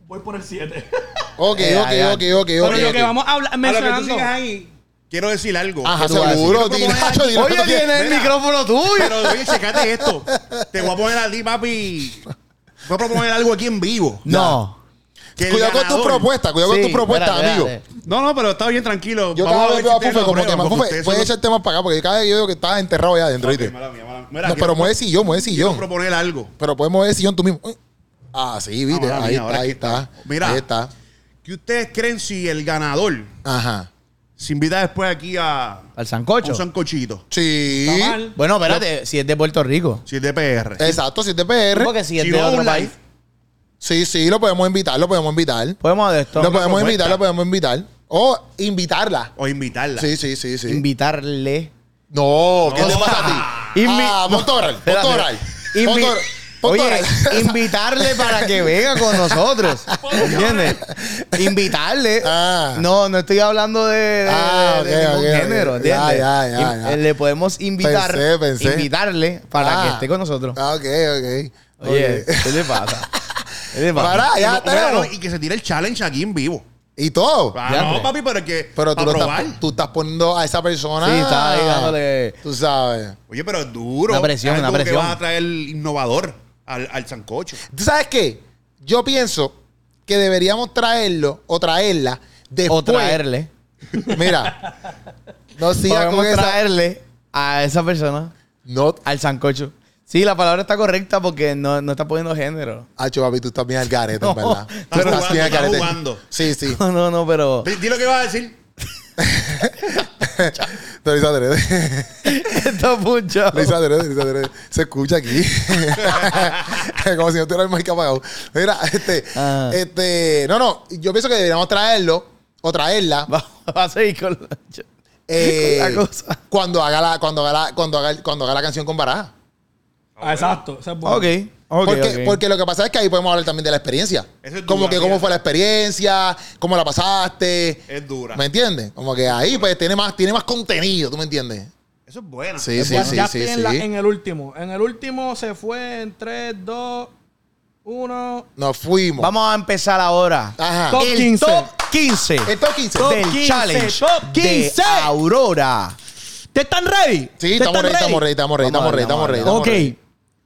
voy por el 7. Ok, Eh, ok, allá. ok, ok, Pero ok, lo ok. que vamos a hablar, a lo que tú mencionando. sigas ahí, quiero decir algo. Ajá, ¿Qué tú vas a seguro, decir? dile, Nacho, dile Oye, lo que- tiene el Mira. micrófono tuyo. Pero oye, checate esto. Te voy a poner a ti, papi. Voy a proponer algo aquí en vivo. No. Que el Cuidado con tu ganador- propuesta, cuidado Sí, con tu propuesta, espérate, amigo. espérate. No, no, pero está bien, tranquilo. Yo Vamos estaba ver viendo a si ustedes Pufe lo como que aprueban, porque Mafufe ustedes puede son- echar temas para acá porque cada vez yo digo que estás enterrado ya dentro, ¿viste? Ok, mala mía, mala mía. Mira, No, quiero- pero mueve sillón, mueve sillón. Quiero proponer algo. Pero podemos mover el sillón tú mismo. Uy. Ah, sí, viste. Ah, mala ahí mía, está, ahora ahí es que está. está. Mira. Ahí está. ¿Qué ustedes creen si el ganador Ajá. se invita después aquí a a Al un sancocho. sancochito? Sí. Está mal. Bueno, espérate, si es de Puerto Rico. Si es de PR. Exacto, si es de PR. Porque si es Si de va a otro un país. live, Sí, sí, lo podemos invitar, lo podemos invitar. Podemos de esto. Lo podemos propuesta. invitar, lo podemos invitar. O invitarla. O invitarla. Sí, sí, sí, sí. Invitarle. no, ¿qué No. te pasa a ti? Invi- ah, ponte oral, ponte Espérate. oral. Invi- Ponte oral, ponte Oye, oral. invitarle para que venga con nosotros. ¿Entiendes? Invitarle. Ah. No, no estoy hablando de, de- Ah, de- de ok, ningún ok, ok. género. Ya, ¿Entiendes? ya, ya, In- ya. Le podemos invitar. Pensé, pensé. Invitarle para Ah. que esté con nosotros. Ah, ok, ok. Oye, Ok. ¿qué le pasa? ¿Qué le pasa? Para, No, ya mira, no, tenemos. y que se tire el challenge aquí en vivo. Y todo. Ah, Ya, no, hombre. papi, pero es que. Pero tú, para lo probar. estás, tú estás poniendo a esa persona. Sí, está ahí dándole- Tú sabes. Oye, pero es duro. Una presión, Es una como que presión. vas a traer el innovador al, al sancocho. ¿Tú sabes qué? Yo pienso que deberíamos traerlo o traerla después. O traerle. Mira. No sigas Podemos con esa. traerle a esa persona No. al sancocho. Sí, la palabra está correcta porque no, no está poniendo género. Hacho, papi, tú estás bien al garete, en No, ¿verdad? Tú estás jugando, bien al estás garete. jugando. Sí, sí. No, no, no, pero. Di, di lo que vas a decir. Lo hice adrede. Está punchado. Lo hice adrede, lo hice adrede. Se escucha aquí. Como si no tuviera el mic apagado. Mira, este. Ah. Este. No, no. Yo pienso que deberíamos traerlo o traerla. Va, va a seguir con la, Eh, con la cosa. Cuando haga la, cuando haga la, cuando haga, el- cuando haga la canción con Baraja. Ah, exacto. esa es buena. Ok, ok. porque, ok. porque lo que pasa es que ahí podemos hablar también de la experiencia. Eso es como dura, que cómo fíjate. fue la experiencia, cómo la pasaste. Es dura. ¿Me entiendes? Como que ahí pues tiene más, tiene más contenido, ¿tú me entiendes? Eso es bueno. Sí, sí, ya, sí, ya sí, estoy en, la- sí. en el último. En el último se fue en 3, 2, 1. Nos fuimos. Vamos a empezar ahora. Ajá. Top Ah. el 15. top 15 El top 15. Top del 15, challenge top 15. de Aurora. ¿Te están ready? Sí, ¿Te estamos están ready, estamos ready, estamos ready, Vamos estamos a ready, darle, estamos ready. vamos Ok.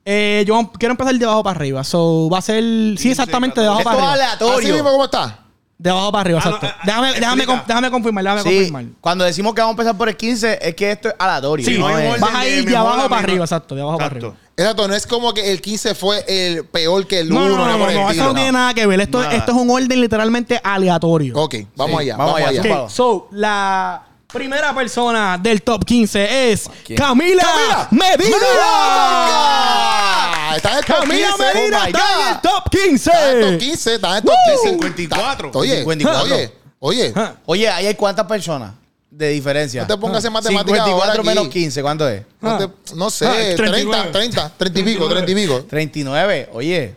Eh, yo quiero empezar de abajo para arriba. So, va a ser. Sí, exactamente, de abajo Esto es para arriba. estamos ready. Así aleatorio. mismo, ¿cómo está? De abajo para arriba, Ah, no, exacto. ah, ah, déjame, déjame, explica. con- déjame confirmar, déjame Sí, confirmar. cuando decimos que vamos a empezar por el 15, es que esto es aleatorio. Sí, no hay un es- orden vas a ir de mejor abajo a para menor. arriba, exacto, de abajo para Exacto. arriba. Exacto, no es como que el 15 fue el peor que el 1. No, no, no, no, no, eso no tiene nada que ver. Esto, Nada. esto es un orden literalmente aleatorio. Ok, vamos Sí, allá, vamos vamos allá. allá. Ok, Zúmbalo. so, la primera persona del top 15 es Camila, ¡Camila! Medina. ¡Medina! Está en el top Camila 15, oh Medina my está en el God. top 15. Está en el top 15, está en el top 15. 54. Está- Oye, 54. oye, oye. Huh. Oye, ahí hay cuántas personas de diferencia. No te pongas en matemáticas 54 ahora menos aquí. 15, ¿cuánto es? No, te- no sé, Ah, 30, 39. 30, 30 y pico, 30 y pico. 39. Oye,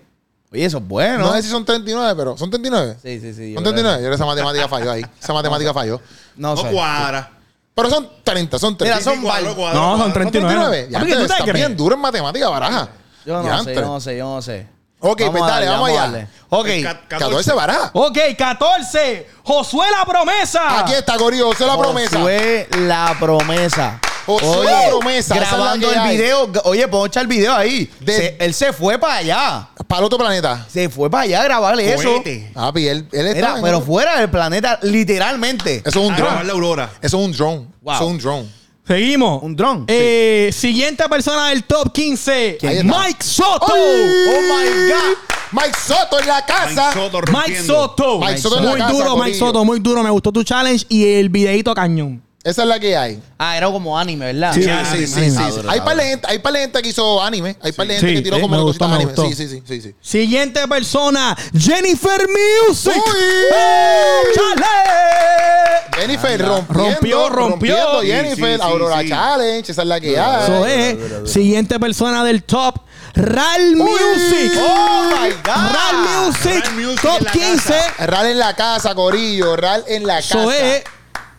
oye, eso es bueno. No sé si son 39, pero son 39. Sí, sí, sí. yo Son creo que- 39, yo creo que esa matemática falló ahí. Esa matemática falló. No, No sé. cuadra. Pero son 30, son 30. Mira, son Sí, cuadro, val- cuadro, No, son cuadro. 39. Ah, Ya, ¿A mí qué te- tú te está crees? bien duro en matemática, baraja. Yo no Ya, sé, entre. yo no sé, yo no sé. Ok, pues dale, vamos allá. Ok. Ca- 14 baraja. Ok, 14. Josué la promesa. Aquí está, Corillo, eso es la promesa. Fue la promesa. O sea, Oye, una promesa. esa es la grabando que el hay. video. Oye, puedo echar el video ahí. De- Se- él se fue para allá. Para el otro planeta. Se fue para allá a grabarle eso. Cohete. Papi, él, él está. Era, en- pero fuera del planeta, literalmente. Eso es un A grabar drone. la aurora. Eso es un drone. Wow. Eso es un drone. Seguimos. Un dron. Eh, Siguiente persona del top 15. Ahí está. Mike Soto. ¡Ay! Oh my God. Mike Soto en la casa. Mike Soto. Mike Soto en la muy casa, duro, Mike corillo. Soto, muy duro. Me gustó tu challenge y el videito cañón. Esa es la que hay. Ah, era como anime, ¿verdad? Sí, Ah, sí, sí, anime. sí, Ah, sí. duro, Hay ah, par duro. de gente, hay par de gente que hizo anime. Hay par de gente Sí, que tiró eh, como me gustó, cositas me anime. gustó. Sí, sí, sí, sí, sí. Siguiente persona, Jennifer Music. Uy. ¡Eh, chale! Jennifer rompiendo, Rompió, rompió. rompiendo Sí, Jennifer, sí, sí, Aurora sí. Challenge, esa es la que hay. Eso es. Siguiente persona del top, Ral Music. Oh my God. Ral Music, Ral Music en top la 15. casa. Ral en la casa, Corillo, Ral en la casa. Este Eso es.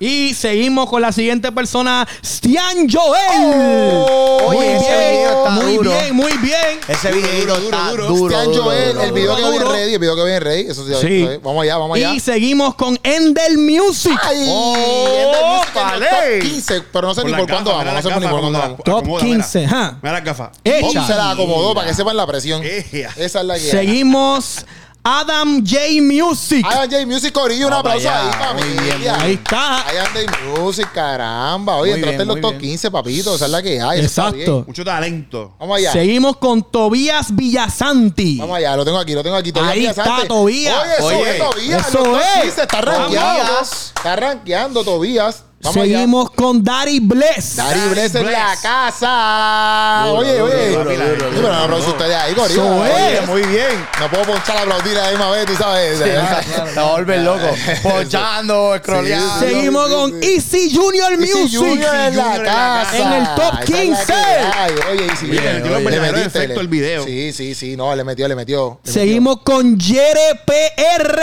Y seguimos con la siguiente persona, Stian Joel. Oh, muy oye, ese bien, video está muy duro. bien, muy bien. Ese Duro, video duro, duro, está duro. duro. Cristian duro, Joel, duro. Este el video que duro, viene duro. ready, el video que viene ready. Eso sí, Sí. eso es. vamos allá, vamos allá. Y seguimos con Endel Music. Ay, Oh, Ender Music en el top vale. 15, pero no sé ni por cuánto vamos, no sé ni por cuándo vamos. Top 15, ajá. Mira la gafa. Hecha. Oh, se la acomodó para que sepan la presión. Ea. Esa es la que hay. Seguimos Adam J Music. Adam J Music Corillo, un Vamos aplauso allá, ahí, muy bien, familia. Ahí está. Adam J Music, caramba. Oye, Muy entraste bien, en los muy top bien. 15, papito. Esa es la que hay. eso está Exacto. bien. Mucho talento. Vamos allá. Seguimos con Tobías Villasanti. Vamos allá, lo tengo aquí, lo tengo aquí. Tobías Ahí está, Villasante. Tobías. Oye, eso Oye, es, Tobías. eso Los es. 15, Está rankeado. Tobías. Está rankeando, Tobías. Vamos allá. Seguimos con Dari Bless. Dari Bless en Bless. la casa. Duro, oye, duro, oye. duro, duro, Sí, duro, pero no duro. aplauso ustedes ahí, Corillo. Eso Oye, es. Muy bien. No puedo ponchar a aplaudir a la misma vez, tú sabes. Ah, Te va a volver loco. Pochando, scrolleando. Sí, Seguimos sí, con sí. Easy Junior Easy Music. Junior en Junior la en la casa. En el top Esa es la que 15. hay. Oye, Easy Oye, le metió el verdadero le- efecto al video. Sí, sí, sí. No, le metió, le metió. le Seguimos con Yere PR.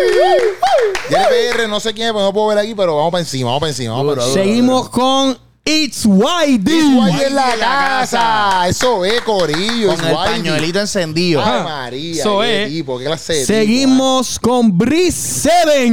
metió. Ya el PR, no sé quién es, pero no puedo ver aquí, pero vamos para encima, vamos para encima. Vamos para encima. Seguimos con It's It's YD. White en la casa. Eso es, Corillo. Con It's el White. pañuelito encendido. Ay, Ajá. María. Eso qué es. tipo, qué clase de tipo, Seguimos con Breeze 7.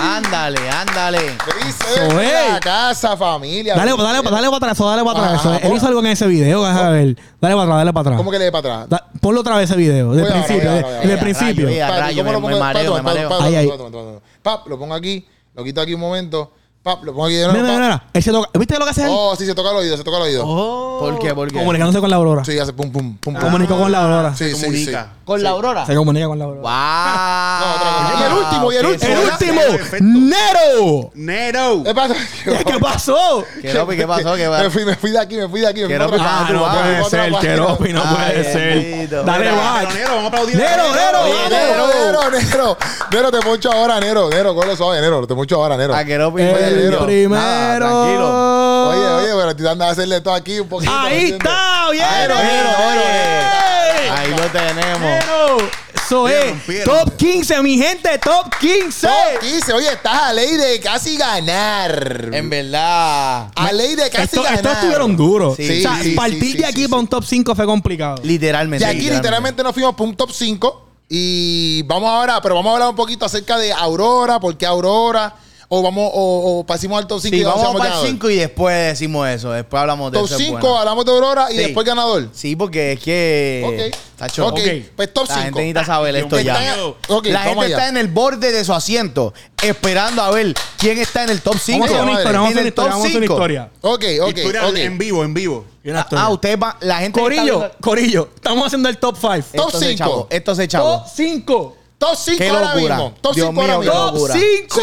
Ándale, ándale. ah. Dice, Eso es. la casa, familia. Dale, pues, dale, dale para atrás, dale para atrás. Ajá, Él hizo algo en ese video, vas a ver. Dale para atrás, dale para ¿Cómo atrás. que le dé para atrás? Da- ponlo otra vez ese video, Voy del ahora, voy principio, ahora, voy de- ahora. del Ay, principio. rayos, Papi, rayo, ¿cómo lo me- me pongo? mareo, Pato, me mareo. pato, pato, Ahí, ahí. pato, pato, pato. Pap, lo pongo aquí, lo quito aquí un momento. Pap, lo pongo aquí de Mira, nuevo. mira, pap. mira. Él se toca- ¿Viste lo que hace él? Oh, sí, se toca el oído, se toca el oído. Oh. ¿Por qué? ¿Por qué? Comunicándose con la Aurora. Sí, hace pum, pum, pum, pum. Comunicó Ah. con la Aurora. Sí, sí, sí. Comunica. ¿Con la aurora? Se comunica con la Aurora. No, otra Ah, cosa. ¡Wow! Y el último, y el Qué último. El suerte. último, Perfecto. Nero. Nero. ¿Qué pasa? ¿Qué pasó? ¿Qué, Lopi? ¿Qué pasó? ¿Qué Me pasó? fui, me fui de aquí, me fui de aquí. Me fui Quiero para otra- Ah, no otra- puede otra página. no Ay, bendito. Dale, Nero, back. Ah, Nero, vamos a aplaudir. Nero, Nero, Oye, vamos. Nero, Nero, Nero, Nero, te poncho ahora, Nero, Nero, con lo suave, Nero, te poncho ahora, Nero. A Ah, que Lopi fue El Nero. primero. Nada, tranquilo. Oye, oye, pero tú andas a hacerle todo aquí un poquito. Ahí ¿entiendes? Ah, está, bien. Nero, bien, Nero, Nero, bien. Ahí lo tenemos. Nero. Eso Bien, es. rompieron. Top 15, mi gente. Top 15. Top 15, oye, estás a ley de casi ganar. En verdad. A ley de casi Esto- ganar. Estos estuvieron duros. Sí, o sea, sí, Ah, partir sí, sí, de aquí sí, para sí. un top 5 fue complicado. Literalmente. De aquí literalmente nos fuimos por un top 5 y vamos ahora, pero vamos a hablar un poquito acerca de Aurora, por qué Aurora, o vamos, o, o pasemos al top 5 Sí, y vamos para ganador. el 5 y después decimos eso. Después hablamos de Top eso. es 5, bueno. hablamos de Aurora y Sí. después ganador. Sí, porque es que. Ok. Tacho, ok, ok. pues top La gente 5. necesita saber esto Dios ya. mío. Ok, la gente vamos allá. está en el borde de su asiento, esperando a ver quién está en el top 5. Vamos a hacer una madre. historia, vamos En a hacer una el historia, top vamos a hacer una cinco. historia. Ok, ok, Historia ok. en vivo, en vivo. Ah, ah, ustedes van. La gente. que está Corillo, viendo- Corillo, estamos haciendo el top 5. Top Esto se cinco. chavó, Esto se Top chavó. 5. Top 5 Qué ahora locura. mismo. Top Dios 5 ahora mío, qué mismo. Top locura. 5.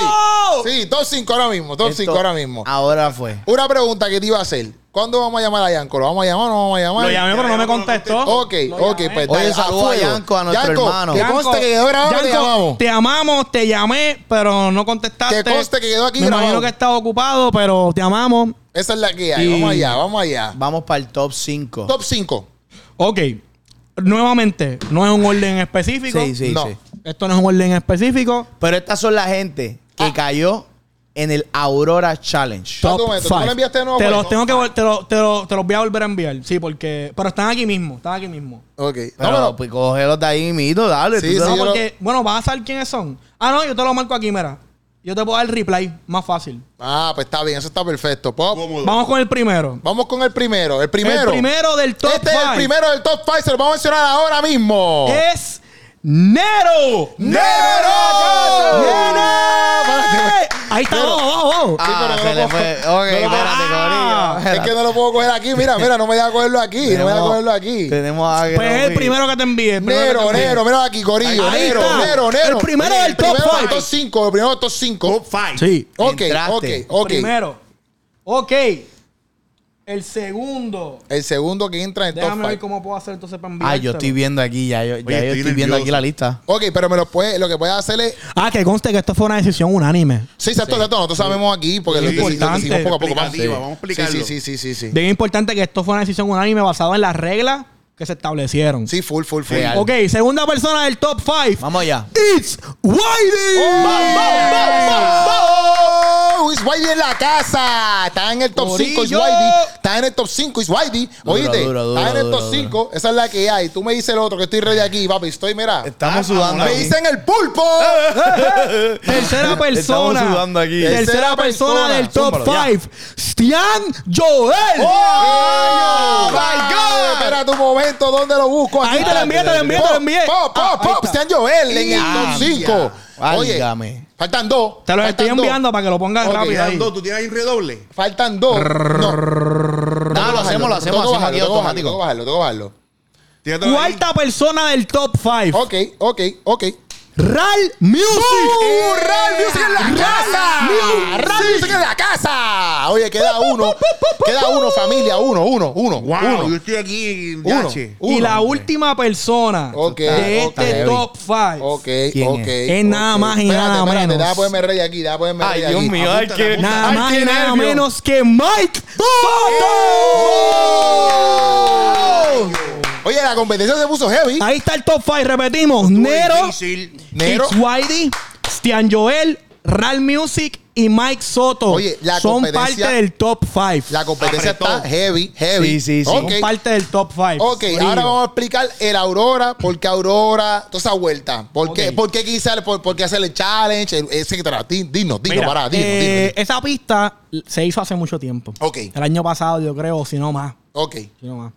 Sí, top 5 ahora mismo. Top Esto- Ah. 5 ahora mismo. Ahora fue. Una pregunta que te iba a hacer. ¿Cuándo vamos a llamar a Yanko? ¿Lo vamos a llamar o no vamos a llamar? Lo llamé, pero no me contestó. Ok, Lo ok, llamé. pues Oye, dale, saludo a fuego. Yanko, a nuestro hermano. Que Yanko, conste que quedó grabado, te Yanko, llamamos. te amamos, te llamé, pero no contestaste. Que conste que quedó aquí Me grabado. imagino que estaba ocupado, pero te amamos. Esa es la que hay. Vamos Y- allá, vamos allá. Vamos para el top 5. Top 5. Ok, nuevamente, no es un orden específico. Sí, sí, No. sí. Esto no es un orden específico. Pero estas son la gente que cayó en el Aurora Challenge. Ah. Top Top momento, ¿tú me lo five. enviaste de nuevo, Te pues? los tengo que vol- te lo- te lo- te los voy a volver a enviar. Sí, porque. Pero están aquí mismo, están aquí mismo. Ok. Pero No, pero- pues cógelos de ahí, mito, dale. Sí, tú sí, sabes. yo No, porque, bueno, vas a saber quiénes son. Ah, no, yo te lo marco aquí, mira. Yo te puedo dar el replay más fácil. Ah, pues está bien, eso está perfecto. Pop. Cómodo. Vamos con el primero. Vamos con el primero. El primero. El primero del top Este es el five. Eh, primero del top 5. Se lo vamos a mencionar ahora mismo. Es Nero. ¡Nero! ¡Nero! Espérate. Ahí está, Nero. vamos, vamos, vamos. pero Ah, no se lo le puedo- fue. Ok, espérate, Ah, Corillo. Es que no lo puedo coger aquí. Mira, mira, no me deja cogerlo aquí. No me deja Tenemos- cogerlo aquí. Tenemos a Pues es el primero que te envíe. el primero que Nero, te envíe. Nero, mira aquí, Corillo. Ahí Nero, está. Nero, Nero. El primero Mira, del top primero del five. top 5. El primero del top 5. Top 5. Sí. Ok, ok, Entraste. ok. Primero. Ok. El segundo. El segundo que entra en top Déjame ver 5. cómo puedo hacer entonces para enviar. Ah, yo estoy viendo aquí, ya yo, Oye, ya yo estoy estoy, viendo nervioso. aquí la lista. Ok, pero me lo puede, lo que puede hacer es. Ah, que conste que esto fue una decisión unánime. Sí, exacto, exacto. Nosotros sabemos aquí porque Sí, lo, deci- lo importante. decidimos poco a poco. Vamos. Explicativa, vamos a explicarlo. Sí, sí, sí, sí, sí. Bien importante que esto fue una decisión unánime basada en las reglas que se establecieron. Sí, full, full, full. Real. Ok, segunda persona del top 5. Vamos allá. It's Oh, Wiley. ¡Vamos! Is Whitey en la casa. Está en el top Corillo. 5 Is Whitey. Está en el top 5 Is Whitey. Oíste. duro, duro, Está en el duro, top duro. 5. Esa es la que hay. Tú me dices el otro que estoy ready aquí, papi. Estoy, mira. Estamos Ah, sudando. vamos, Me aquí. dicen el pulpo. Eh, Tercera Estamos persona. sudando aquí. Tercera Tercera persona persona. del top Zúmbalo, ya. 5. Stian Joel. ¡Oh, my God! Espera tu momento, ¿dónde lo busco? Ahí te lo envié, te lo envié, Pop, te lo envié. Pop, Ah, pop, ahí pop. está. Sean Joel en el Ah, top 5. ya. Oye, Válgame. faltan dos. Te los faltan estoy dos. enviando para que lo pongas Ok, rápido ahí. Ando, ¿Tú tienes ahí un redoble? Faltan dos. No, Ah, lo hacemos, lo hacemos, Tengo que hacemos bajarlo, aquí tengo que bajarlo, Tengo que automático. bajarlo, tengo que bajarlo. Tírate ahí. Cuarta persona del top 5. Ok, ok, ok. Real Music. ¡Uh, Real Music en la casa! ¡Real Music en la casa! Oye, queda uno. Queda uno, familia. Uno, uno, uno. Wow, yo uno. estoy aquí en Uno. Yache. y la uno. última persona Ok, de ok. este top 5. Ok, ¿Quién ok. es? Es nada ok. más y Espérate, nada espérate, menos. Deja ponerme rey aquí, deja ponerme rey Ay, aquí. Dios mío, ay, Apúntala, qué. Nada ay, más qué y nada nervio. menos que Mike Soto. Oye, la competencia se puso heavy. Ahí está el top 5, repetimos. Nero, Difícil. Nero. It's Whitey, Stian Joel, Real Music y Mike Soto. Oye, la Son competencia- parte del top 5. La competencia Apretó. está heavy, heavy. Sí, sí, sí. Ok. Son parte del top 5. Ok, ahora vamos a explicar el Aurora, por qué Aurora, toda esa vuelta. ¿Por qué, Ok. por qué quizás, por, por qué hacer el challenge, Eh, el- etcétera? Di- Dinos, dinos, Mira, para, dinos, eh, dinos. Esa pista se hizo hace mucho tiempo. Ok. El año pasado, yo creo, si no más. Ok. si no más.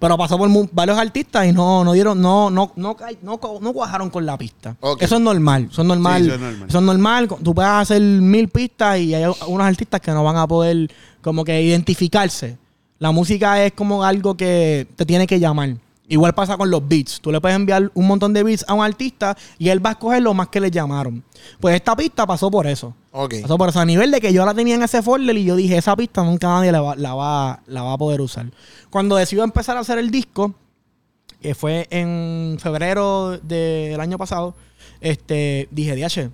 Pero pasó por mu- varios artistas y no, no dieron, no, no, no, ca- no, co- no cuajaron con la pista. Ok. Eso es normal. Eso es normal. Sí, eso es normal. Eso es normal. Tú puedes hacer mil pistas y hay unos artistas que no van a poder como que identificarse. La música es como algo que te tiene que llamar. Igual pasa con los beats. Tú le puedes enviar un montón de beats a un artista y él va a escoger lo más que le llamaron. Pues esta pista pasó por eso. Ok. Pasó por eso. A nivel de que yo la tenía en ese folder y yo dije, esa pista nunca nadie la va, la va, la va a poder usar. Cuando decido empezar a hacer el disco, que fue en febrero de- del año pasado, este, dije, DH,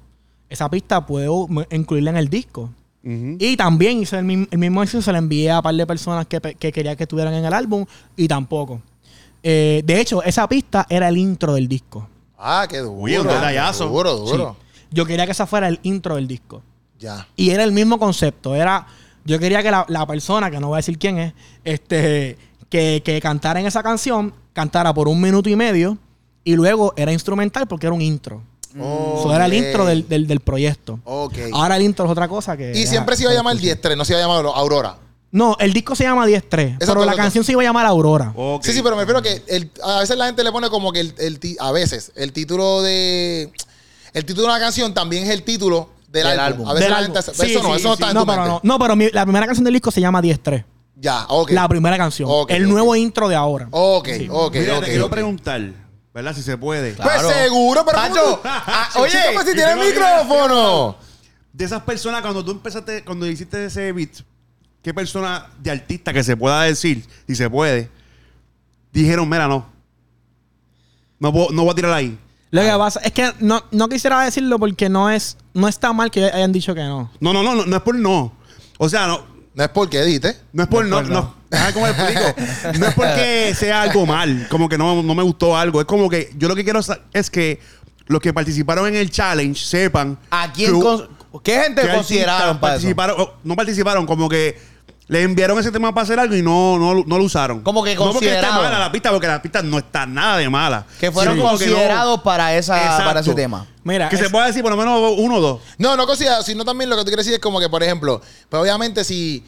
esa pista puedo m- incluirla en el disco. Ujú. Y también hice el, mim- el mismo ejercicio, se la envié a un par de personas que, pe- que quería que estuvieran en el álbum y tampoco. Eh, de hecho, esa pista era el intro del disco. Ah, qué duro. Oye, un detallazo. Duro, duro. Sí. Yo quería que esa fuera el intro del disco. Ya. Y era el mismo concepto. Era. Yo quería que la, la persona, que no voy a decir quién es, este, que, que cantara en esa canción, cantara por un minuto y medio, y luego era instrumental porque era un intro. Eso era el Ok. intro del, Ah, del- del proyecto. Ok. Ahora el intro es otra cosa que. Y siempre se iba a llamar 10-3, no se iba a llamar Aurora. No, el disco se llama 10-3, Exacto, pero la exacto. Oh, canción se iba a llamar Aurora. Ok. Sí, sí, pero me refiero que el- a veces la gente le pone como que el, el ti- a veces el título de el título de una canción también es el título del, Del álbum. álbum. A veces Del la álbum. gente hace- Sí, eso no, sí, eso no sí. está en no, tu pero mente. no, no, pero mi- la primera canción del disco se llama 10-3. Ya, ok. La primera canción. Ok, el ok. nuevo intro de ahora. Ok, ok, Mira, ok. te quiero ok. preguntar, ¿verdad? Si se puede. Pues Claro. seguro, pero Pacho, ¿cómo tú- ah, Chico, oye, pues si y tiene que no tiene- micrófono. De esas personas, cuando tú empezaste, cuando hiciste ese beat, ¿qué persona de artista que se pueda decir, si se puede, dijeron, mira, no. No, puedo- no voy a tirar ahí. Lo que pasa es que no, no quisiera decirlo porque no es no está mal que hayan dicho que no. No, no, no, no, no es por no. O sea, no, No es porque dijiste. no es por no. no. ¿Sabes cómo explico? No es porque sea algo mal, como que no, no me gustó algo. Es como que yo lo que quiero sa- es que los que participaron en el challenge sepan ¿A que quién hu- cons- ¿Qué gente que artistas consideraron para eso? participaron, o no participaron, como que Le enviaron ese tema para hacer algo y no, no, lo- no lo usaron. Como que No porque está considerado. mala la pista, porque la pista no está nada de mala. Que fueron Sino como que no- considerados para, esa, Exacto. para ese tema. Mira, Que se es- pueda decir por lo menos uno o dos. No, no considerado, sino también lo que tú quieres decir es como que, por ejemplo, pues obviamente si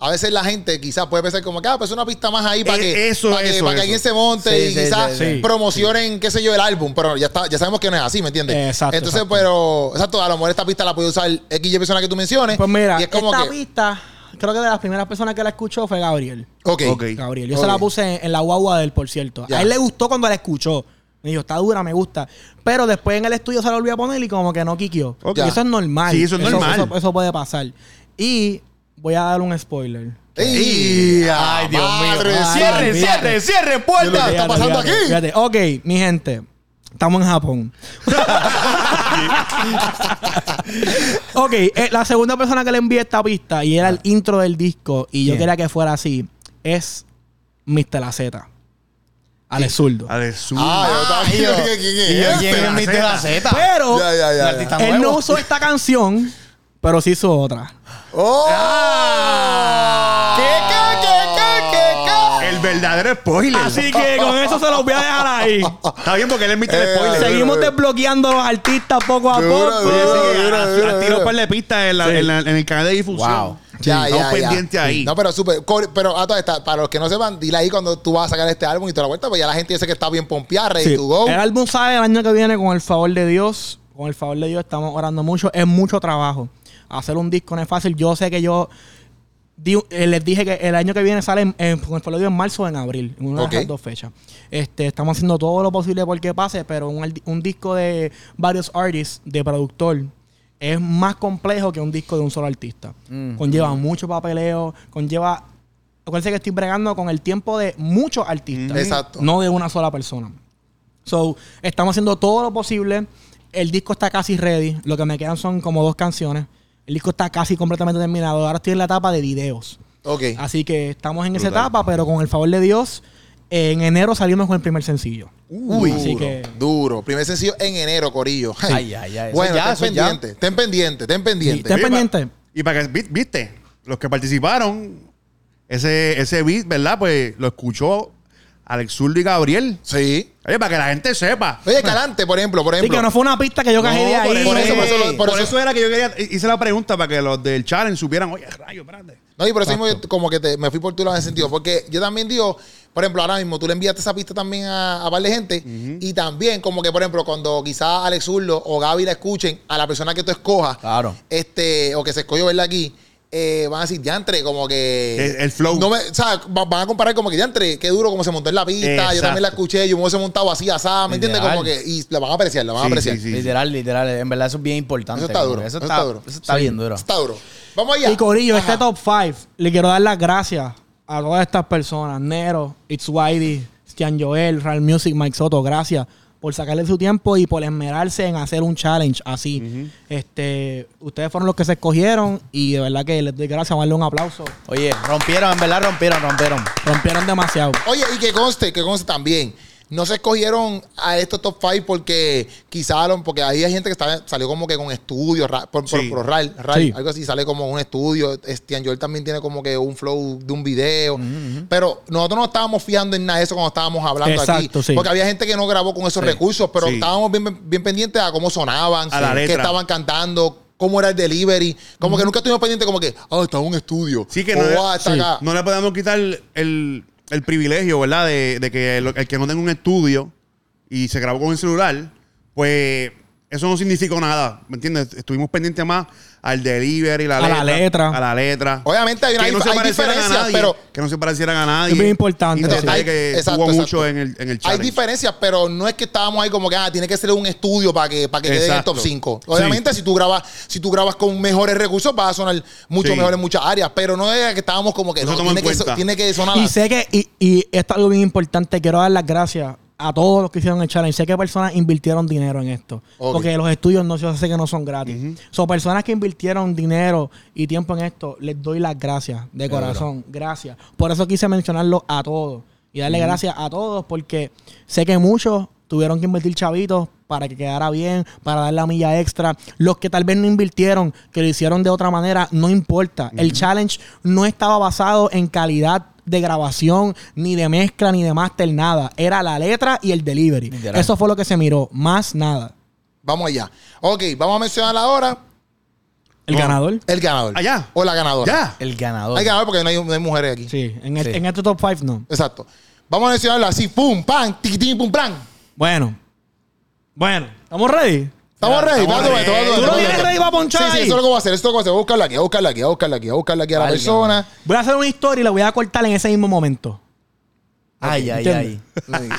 a veces la gente quizás puede pensar como que, ah, pues una pista más ahí E, para Eh, que, eso, para que, eso, para que eso. alguien se monte Sí, y sí, quizás sí, sí. promocionen, qué sé yo, el álbum, pero ya está, ya sabemos que no es así, ¿me entiendes? Exacto, Entonces, exacto. pero, exacto, a lo mejor esta pista la puede usar XY persona que tú menciones. pues mira, y es como esta que, pista, creo que de las primeras personas que la escuchó fue Gabriel. ok, Ok. Gabriel. Yo Ok. se la puse en, en la guagua del, por cierto. Ya. A él le gustó cuando la escuchó. Me dijo, está dura, me gusta. Pero después en el estudio se la volvió a poner y como que no quiquió. Ok. Y eso es normal. Sí, eso es normal. Eso, eso puede pasar. Y voy a dar un spoiler. ¡Ey! Ay, Dios Madre, mío. Ay, Cierre, olvídate. cierre, cierre, puerta. ¿Qué está pasando aquí? Ok, mi gente. Estamos en Japón. ok, eh, la segunda persona que le envié esta pista y era el intro del disco y yo Bien. quería que fuera así es Mr. La Z. Alex Zurdo. A de su. Ah, Y yo yo, también, ¿quién es y yo, este? ¿quién es Mr. La Z? Pero Ya, ya, ya, ya. Artista él no nuevo. usó esta canción, pero sí hizo otra. ¡Oh! Ah. ¿Qué, qué, qué, qué, el verdadero spoiler. Así que con eso se los voy a dejar ahí. Está bien porque él emite el Eh, spoiler. Seguimos desbloqueando a los artistas poco a Duro, poco. Oye, duro, sí, duro, a- duro, a- duro. tiró par de pistas en, la- en la- en el canal de difusión. Wow. Sí, estamos pendientes ahí. No, pero súper. Cor- Pero a todas estas, para los que no sepan, dile ahí cuando tú vas a sacar este álbum y te la vuelta, pues ya la gente dice que está bien pompeada, ready Sí. to go. El álbum sale el año que viene con el favor de Dios. Con el favor de Dios estamos orando mucho. Es mucho trabajo. Hacer un disco no es fácil. Yo sé que yo di- eh, les dije que el año que viene sale en- en- con el favor de Dios en marzo o en abril. en Una Ok. de las dos fechas. Este, estamos haciendo todo lo posible porque pase, pero un, al- un disco de varios artists, de productor, es más complejo que un disco de un solo artista. Mm. Conlleva mucho papeleo, conlleva... Acuérdense que estoy bregando con el tiempo de muchos artistas. Mm, Exacto. No de una sola persona. So, estamos haciendo todo lo posible. El disco está casi ready. Lo que me quedan son como dos canciones. El disco está casi completamente terminado. Ahora estoy en la etapa de videos. ok. Así que estamos en esa etapa, pero con el favor de Dios, en enero salimos con el primer sencillo. Uy, así duro, que- duro. Primer sencillo en enero, Corillo. Ay, ay, ay. Eso Bueno, ya, ten eso ya. pendiente, ten pendiente, ten Y pendiente. Estén Oye, pa- pendientes. Y para que, vi- viste, los que participaron, ese, ese beat, ¿verdad? Pues lo escuchó Alex Zurdo y Gabriel. Sí. Oye, para que la gente sepa. Oye, Calante, por ejemplo, por Así ejemplo. que no fue una pista que yo cajé de No, ahí. Por eso, por eso, Por, por eso- eso era que yo quería, hice la pregunta para que los del challenge supieran, oye, rayo, espérate. No, y por eso mismo yo como que te- me fui por tu lado en ese sentido. Porque yo también digo, por ejemplo, ahora mismo tú le enviaste esa pista también a, a par de gente. Y también, como que, por ejemplo, cuando quizás Alex Urlo o Gaby la escuchen, a la persona que tú escojas, Claro. este, o que se escogió verla aquí, eh, van a decir, diantre, como que. El- el flow. No me, o sea, va- van a comparar como que diantre, qué duro como se montó en la pista. Yo también la Exacto. escuché, yo me hubiese montado así, asada, ¿me entiendes? Ideal. Como que. Y la van a apreciar, la van a Sí, apreciar. sí, sí. Literal, literal. En verdad, eso es bien importante. Eso está como duro, que Eso eso está, está duro. Eso está bien duro. Está duro. Vamos allá. Y Corillo, Ajá. este top 5, le quiero dar las gracias a todas estas personas. Nero, It's Whitey, Stian Joel, Real Music, Mike Soto, gracias por sacarle su tiempo y por esmerarse en hacer un challenge así. este Ustedes fueron los que se escogieron y de verdad que les doy gracias. Vamos a darle un aplauso. Oye, rompieron, en verdad, rompieron, rompieron. Rompieron demasiado. Oye, y que conste, que conste también. No se escogieron a estos top 5 porque quizá, lo- porque ahí hay gente que está- salió como que con estudios, ra- por, por, Sí. por RAL, RAL, Sí. algo así, sale como un estudio. Estian Joel también tiene como que un flow de un video. Pero nosotros no estábamos fiando en nada de eso cuando estábamos hablando Exacto, aquí. sí. Porque había gente que no grabó con esos Sí. recursos, pero Sí. estábamos bien, bien pendientes a cómo sonaban, A la qué letra. estaban cantando. Cómo era el delivery. Como que nunca estuvimos pendientes, como que, ah, está en un estudio. Sí, que O, no, le, "Ah, está sí, acá". no le podemos quitar el, el privilegio, ¿verdad? De, de que lo- el, que no tenga un estudio y se grabó con el celular, pues eso no significó nada, ¿me entiendes? Estuvimos pendientes más al delivery, la A la letra. A la letra. Obviamente hay una que no dif- se hay parecieran a diferencias, nadie, pero- Que no se parecieran a nadie. Es bien importante, Y detalle sí. Hay- que exacto, hubo exacto. mucho en el, en el Hay challenge. diferencias, pero no es que estábamos ahí como que ah, tiene que ser un estudio para que, para que quede en el Exacto. top 5. Sí. Obviamente, si tú grabas, si tú grabas con mejores recursos, va a sonar mucho Sí. mejor en muchas áreas. Pero no es que estábamos como que Eso no, toma en tiene, que so- cuenta. tiene que sonar. Y sé que, y, y esto es algo bien importante, quiero dar las gracias a todos los que hicieron el challenge. Sé que personas invirtieron dinero en esto. Ok. Porque los estudios no yo sé que no son gratis. Son personas que invirtieron dinero y tiempo en esto, les doy las gracias de corazón. Gracias. Por eso quise mencionarlo a todos. Y darle gracias a todos porque sé que muchos tuvieron que invertir chavitos para que quedara bien, para dar la milla extra. Los que tal vez no invirtieron, que lo hicieron de otra manera, no importa. El challenge no estaba basado en calidad de grabación, ni de mezcla, ni de máster, nada. Era la letra y el delivery. Literal. Eso fue lo que se miró, más nada. Vamos allá. Ok, vamos a mencionar ahora El No. ganador. el ganador. Allá. O la ganadora. Ya. El ganador. Hay ganador porque no hay, no hay mujeres aquí. Sí, en, el- Sí. en este top 5 no. Exacto. Vamos a mencionarlo así. Pum, pam, tiquitín, pum, plan. Bueno. Bueno. ¿Estamos ready? Estamos ready. estamos Espérate un momento, ready. espérate un Tú lo momento, tienes espérate. ready para ponchar Sí, sí, ahí. eso es lo que voy a hacer. Eso es lo que voy a hacer. Voy a buscarla aquí, voy a buscarla aquí, voy a buscarla aquí, voy a buscarla aquí a la Válgame. persona. Voy a hacer una historia y la voy a cortar en ese mismo momento. Ay, ay, ay. ¿Entiendes?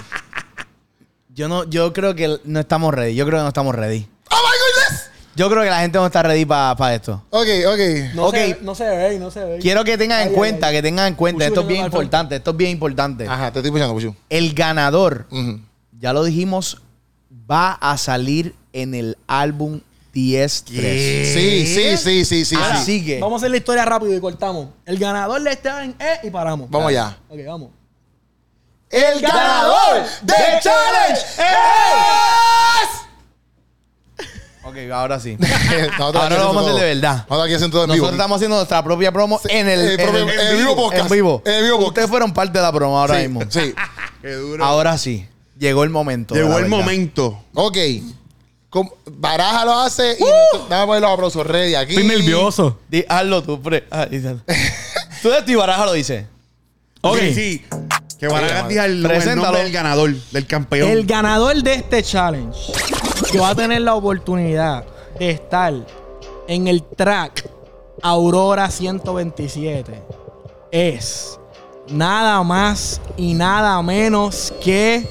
Yo no, yo creo que no estamos ready. Yo creo que no estamos ready. ¡Oh my goodness! Yo creo que la gente no está ready para esto. Ok, ok. No se- Ok. no se ve, no se ve. Quiero que tengan en Ay, cuenta, ay, que tengan en cuenta, Puchu, esto es que me bien va al frente. importante, esto es bien importante. Ajá, te estoy escuchando, Puchu. El ganador, Ujú. ya lo dijimos, va a salir en el álbum 10-3. Sí, sí, sí, sí, sí. Ahora, sí. sigue. Vamos a hacer la historia rápido y cortamos. El ganador de este en E y paramos. Vamos allá. Ok, vamos. El ganador del challenge es. Ok, ahora sí. Nosotros Ahora aquí lo vamos a hacer todo. de verdad. Nosotros aquí haciendo todo en Nosotros vivo. estamos haciendo nuestra propia promo en el, el en propio- en vivo podcast. En vivo. En vivo podcast. Ustedes fueron parte de la promo ahora mismo. Sí. Qué duro. Ah, Ahora sí. Llegó el momento. la Llegó el verdad. momento. Ok. Com- Baraja lo hace y ¡Uh! nosotros- dame los aplausos ready aquí. Estoy nervioso. Di- hazlo tú, pre. ah, di- tú de ti baraja lo dices. Ok. Sí, sí. Que van a diga el, el Preséntalo. nombre del ganador, del campeón. El ganador de este challenge que va a tener la oportunidad de estar en el track Aurora 127 es nada más y nada menos que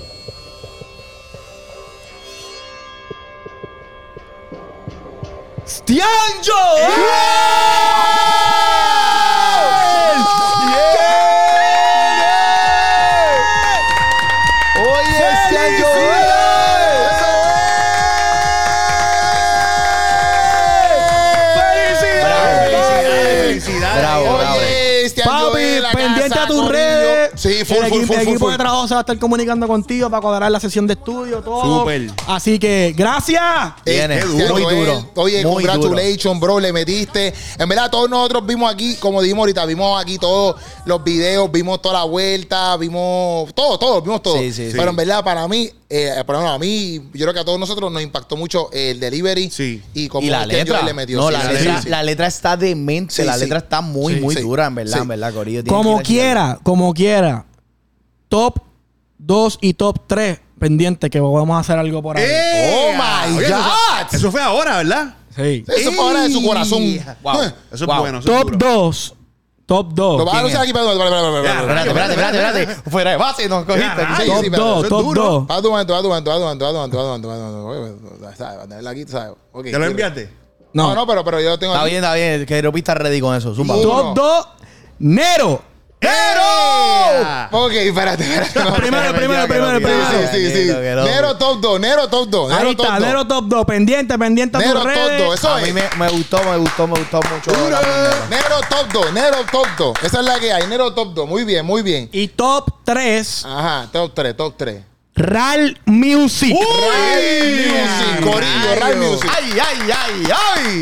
Stian ¡Oye, este Stian ¡Felicidades! Bravo, bravo. Oye, Stian Joel, la Papi, pendiente casa, a tus corillo. redes. Sí, full, el full, equipo, full, el full, equipo full. de trabajo se va a estar comunicando contigo para cuadrar la sesión de estudio, todo. Súper. Así que, gracias. Viene, qué Cristian duro. muy Joel, duro. Oye, muy congratulations, bro. Le metiste. En verdad, todos nosotros vimos aquí, como dijimos ahorita, vimos aquí todos los videos, vimos toda la vuelta, vimos todo, todo, vimos todo. Sí, sí, sí. Pero en verdad, para mí, eh, por lo menos a mí, yo creo que a todos nosotros nos impactó mucho el delivery. Sí. Y como Y la Cristian letra. Joel le metió. no, sí, la, sí, letra, sí. la letra está demente. Sí, la sí. letra está muy, Sí, muy sí. dura, en verdad, Sí. en verdad, Corillo. Tienen Como que ir a quiera, como quiera. Top 2 y top 3. Pendiente que vamos a hacer algo por ahí. ¡Eh! Oh, my eso God. fue- Eso fue ahora, ¿verdad? Sí. Eso fue ahora de su Ey. corazón. Wow. Eh, Eso es Wow. bueno. Eso es Top duro. 2. Top 2. Lo vas a ¿Quién anunciar aquí, perdón, perdón, perdón, perdón, perdón. Espérate, espérate, espérate, espérate. Fuera de base, nos cogiste. Ya, aquí. Sí, Top sí, pero eso 2, es top duro. 2. Va tu momento, va tu momento, va tu momento, va tu momento, va tu momento, va tu momento. Ok, pues, ¿sabes? Va a tenerla aquí, ¿sabes? Ok, ¿Ya lo libre. enviaste? No, No. no, pero, pero yo lo tengo Está aquí. bien, está bien. Que Aeropista ready con eso. Zumba. Tú- uno. Top 2. Nero. ¡Nero! Ok, espérate, espérate. Primero, Mentira, primero, que primero, no, que no, primero. Sí, sí, sí, sí. que no, que no. Nero top 2, Nero top 2. Ahí Nero top está, 2. Nero top 2. Pendiente, pendiente a tus Nero top redes. 2. Eso A mí es. me, me gustó, me gustó, me gustó mucho. Duro. Ahora, Nero top 2, Nero top 2. Esa es la que hay, Nero top 2. Muy bien, muy bien. Y top 3, Ajá, top 3, top 3. RAL Music. Music, Corillo, Ray Music. ¡Ay, ay, ay, ay!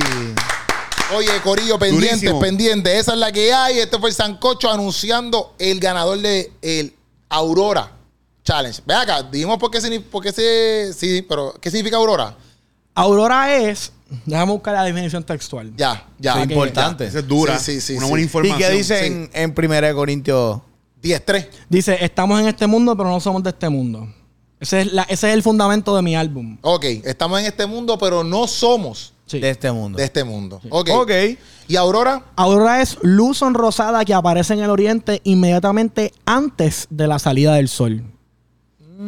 Oye, Corillo, pendientes, Durísimo. pendientes. Esa es la que hay. Este fue el Sancocho anunciando el ganador de el Aurora Challenge. Ve acá, dijimos por qué, signif- por qué se. Sí, pero ¿qué significa Aurora? Aurora es. Déjame buscar la definición textual. Ya, ya. Sí, Ok, importante. Eso es dura. Sí, sí, sí, Una sí. buena ¿Y información. qué dice en, en Primera de Corintios? ya. 10-3. Dice: Estamos en este mundo, pero no somos de este mundo. Ese es, la- ese es el fundamento de mi álbum. Ok, estamos en este mundo, pero no somos Sí. De este mundo. de este mundo. Ok. Ok. ¿Y Aurora? Aurora es luz sonrosada que aparece en el oriente inmediatamente antes de la salida del sol.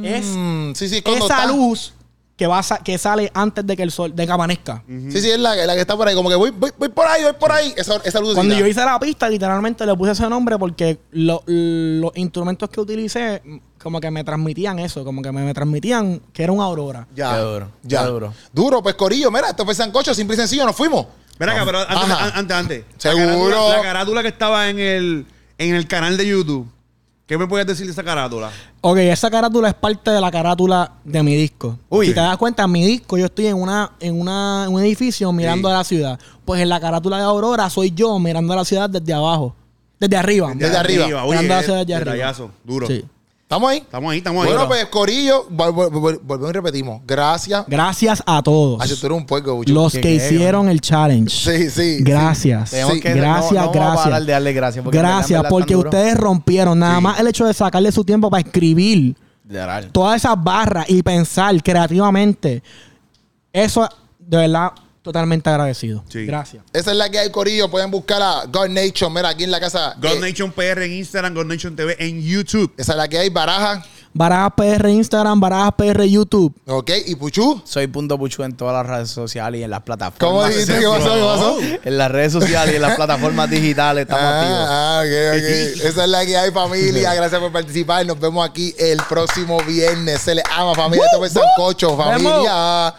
Es Mm, sí, sí, cuando esa está- luz que, va a sa- que sale antes de que el sol, de que amanezca. Sí, sí, es la, la que está por ahí. Como que voy, voy, voy por ahí, voy por ahí. Esa, esa luz. Cuando yo hice la pista, literalmente le puse ese nombre porque lo- los instrumentos que utilicé mm, como que me transmitían eso, como que me, me transmitían que era una aurora. Ya. Qué duro, Ya. qué duro. Duro, pues Corillo, mira, esto fue Sancocho, simple y sencillo, nos fuimos. Mira acá, pero antes, Ajá. an- antes, antes. Seguro. La carátula, la carátula que estaba en el, en el canal de YouTube ¿Qué me puedes decir de esa carátula? Ok, esa carátula es parte de la carátula de mi disco. Uy. Si te das cuenta, en mi disco yo estoy en una en una en un edificio mirando Sí. a la ciudad. Pues en la carátula de Aurora soy yo mirando a la ciudad desde abajo, desde arriba. Desde arriba. Oye, Mirando hacia allá detallazo, duro. Sí. ¿Estamos ahí? Estamos ahí, estamos ahí. Bueno, Duro. pues Corillo, vol- vol- vol- volvemos y repetimos. Gracias. Gracias a Ah, todos Hacho, tú eres un puerco, Bucho. los Qué que gay, ¿no? hicieron el challenge. Sí, sí. Gracias. Sí. Tenemos que Gracias, no, no vamos gracias. a parar de darle gracias. Porque en verdad, en Gracias, verdad, porque tan duro. ustedes rompieron nada más el hecho de sacarle su tiempo para escribir Literal. todas esas barras y pensar creativamente. Eso, de verdad, totalmente agradecido. Sí. Gracias. Esa es la que hay, Corillo. Pueden buscar a God Nation. Mira, aquí en la casa. God Eh, Nation PR en Instagram, God Nation TV en YouTube. Esa es la que hay, Baraja. Barajas PR Instagram, Barajas PR YouTube. Ok, y Puchu. Soy punto puchu en todas las redes sociales y en las plataformas. ¿Cómo dijiste que pasó? ¿Qué pasó? En las redes sociales y en las plataformas digitales estamos activos. Ah, ah, ok, ok. Esa es la que hay, familia. Gracias por participar. Nos vemos aquí el próximo viernes. Se les ama, familia. Esto fue Sancocho, familia.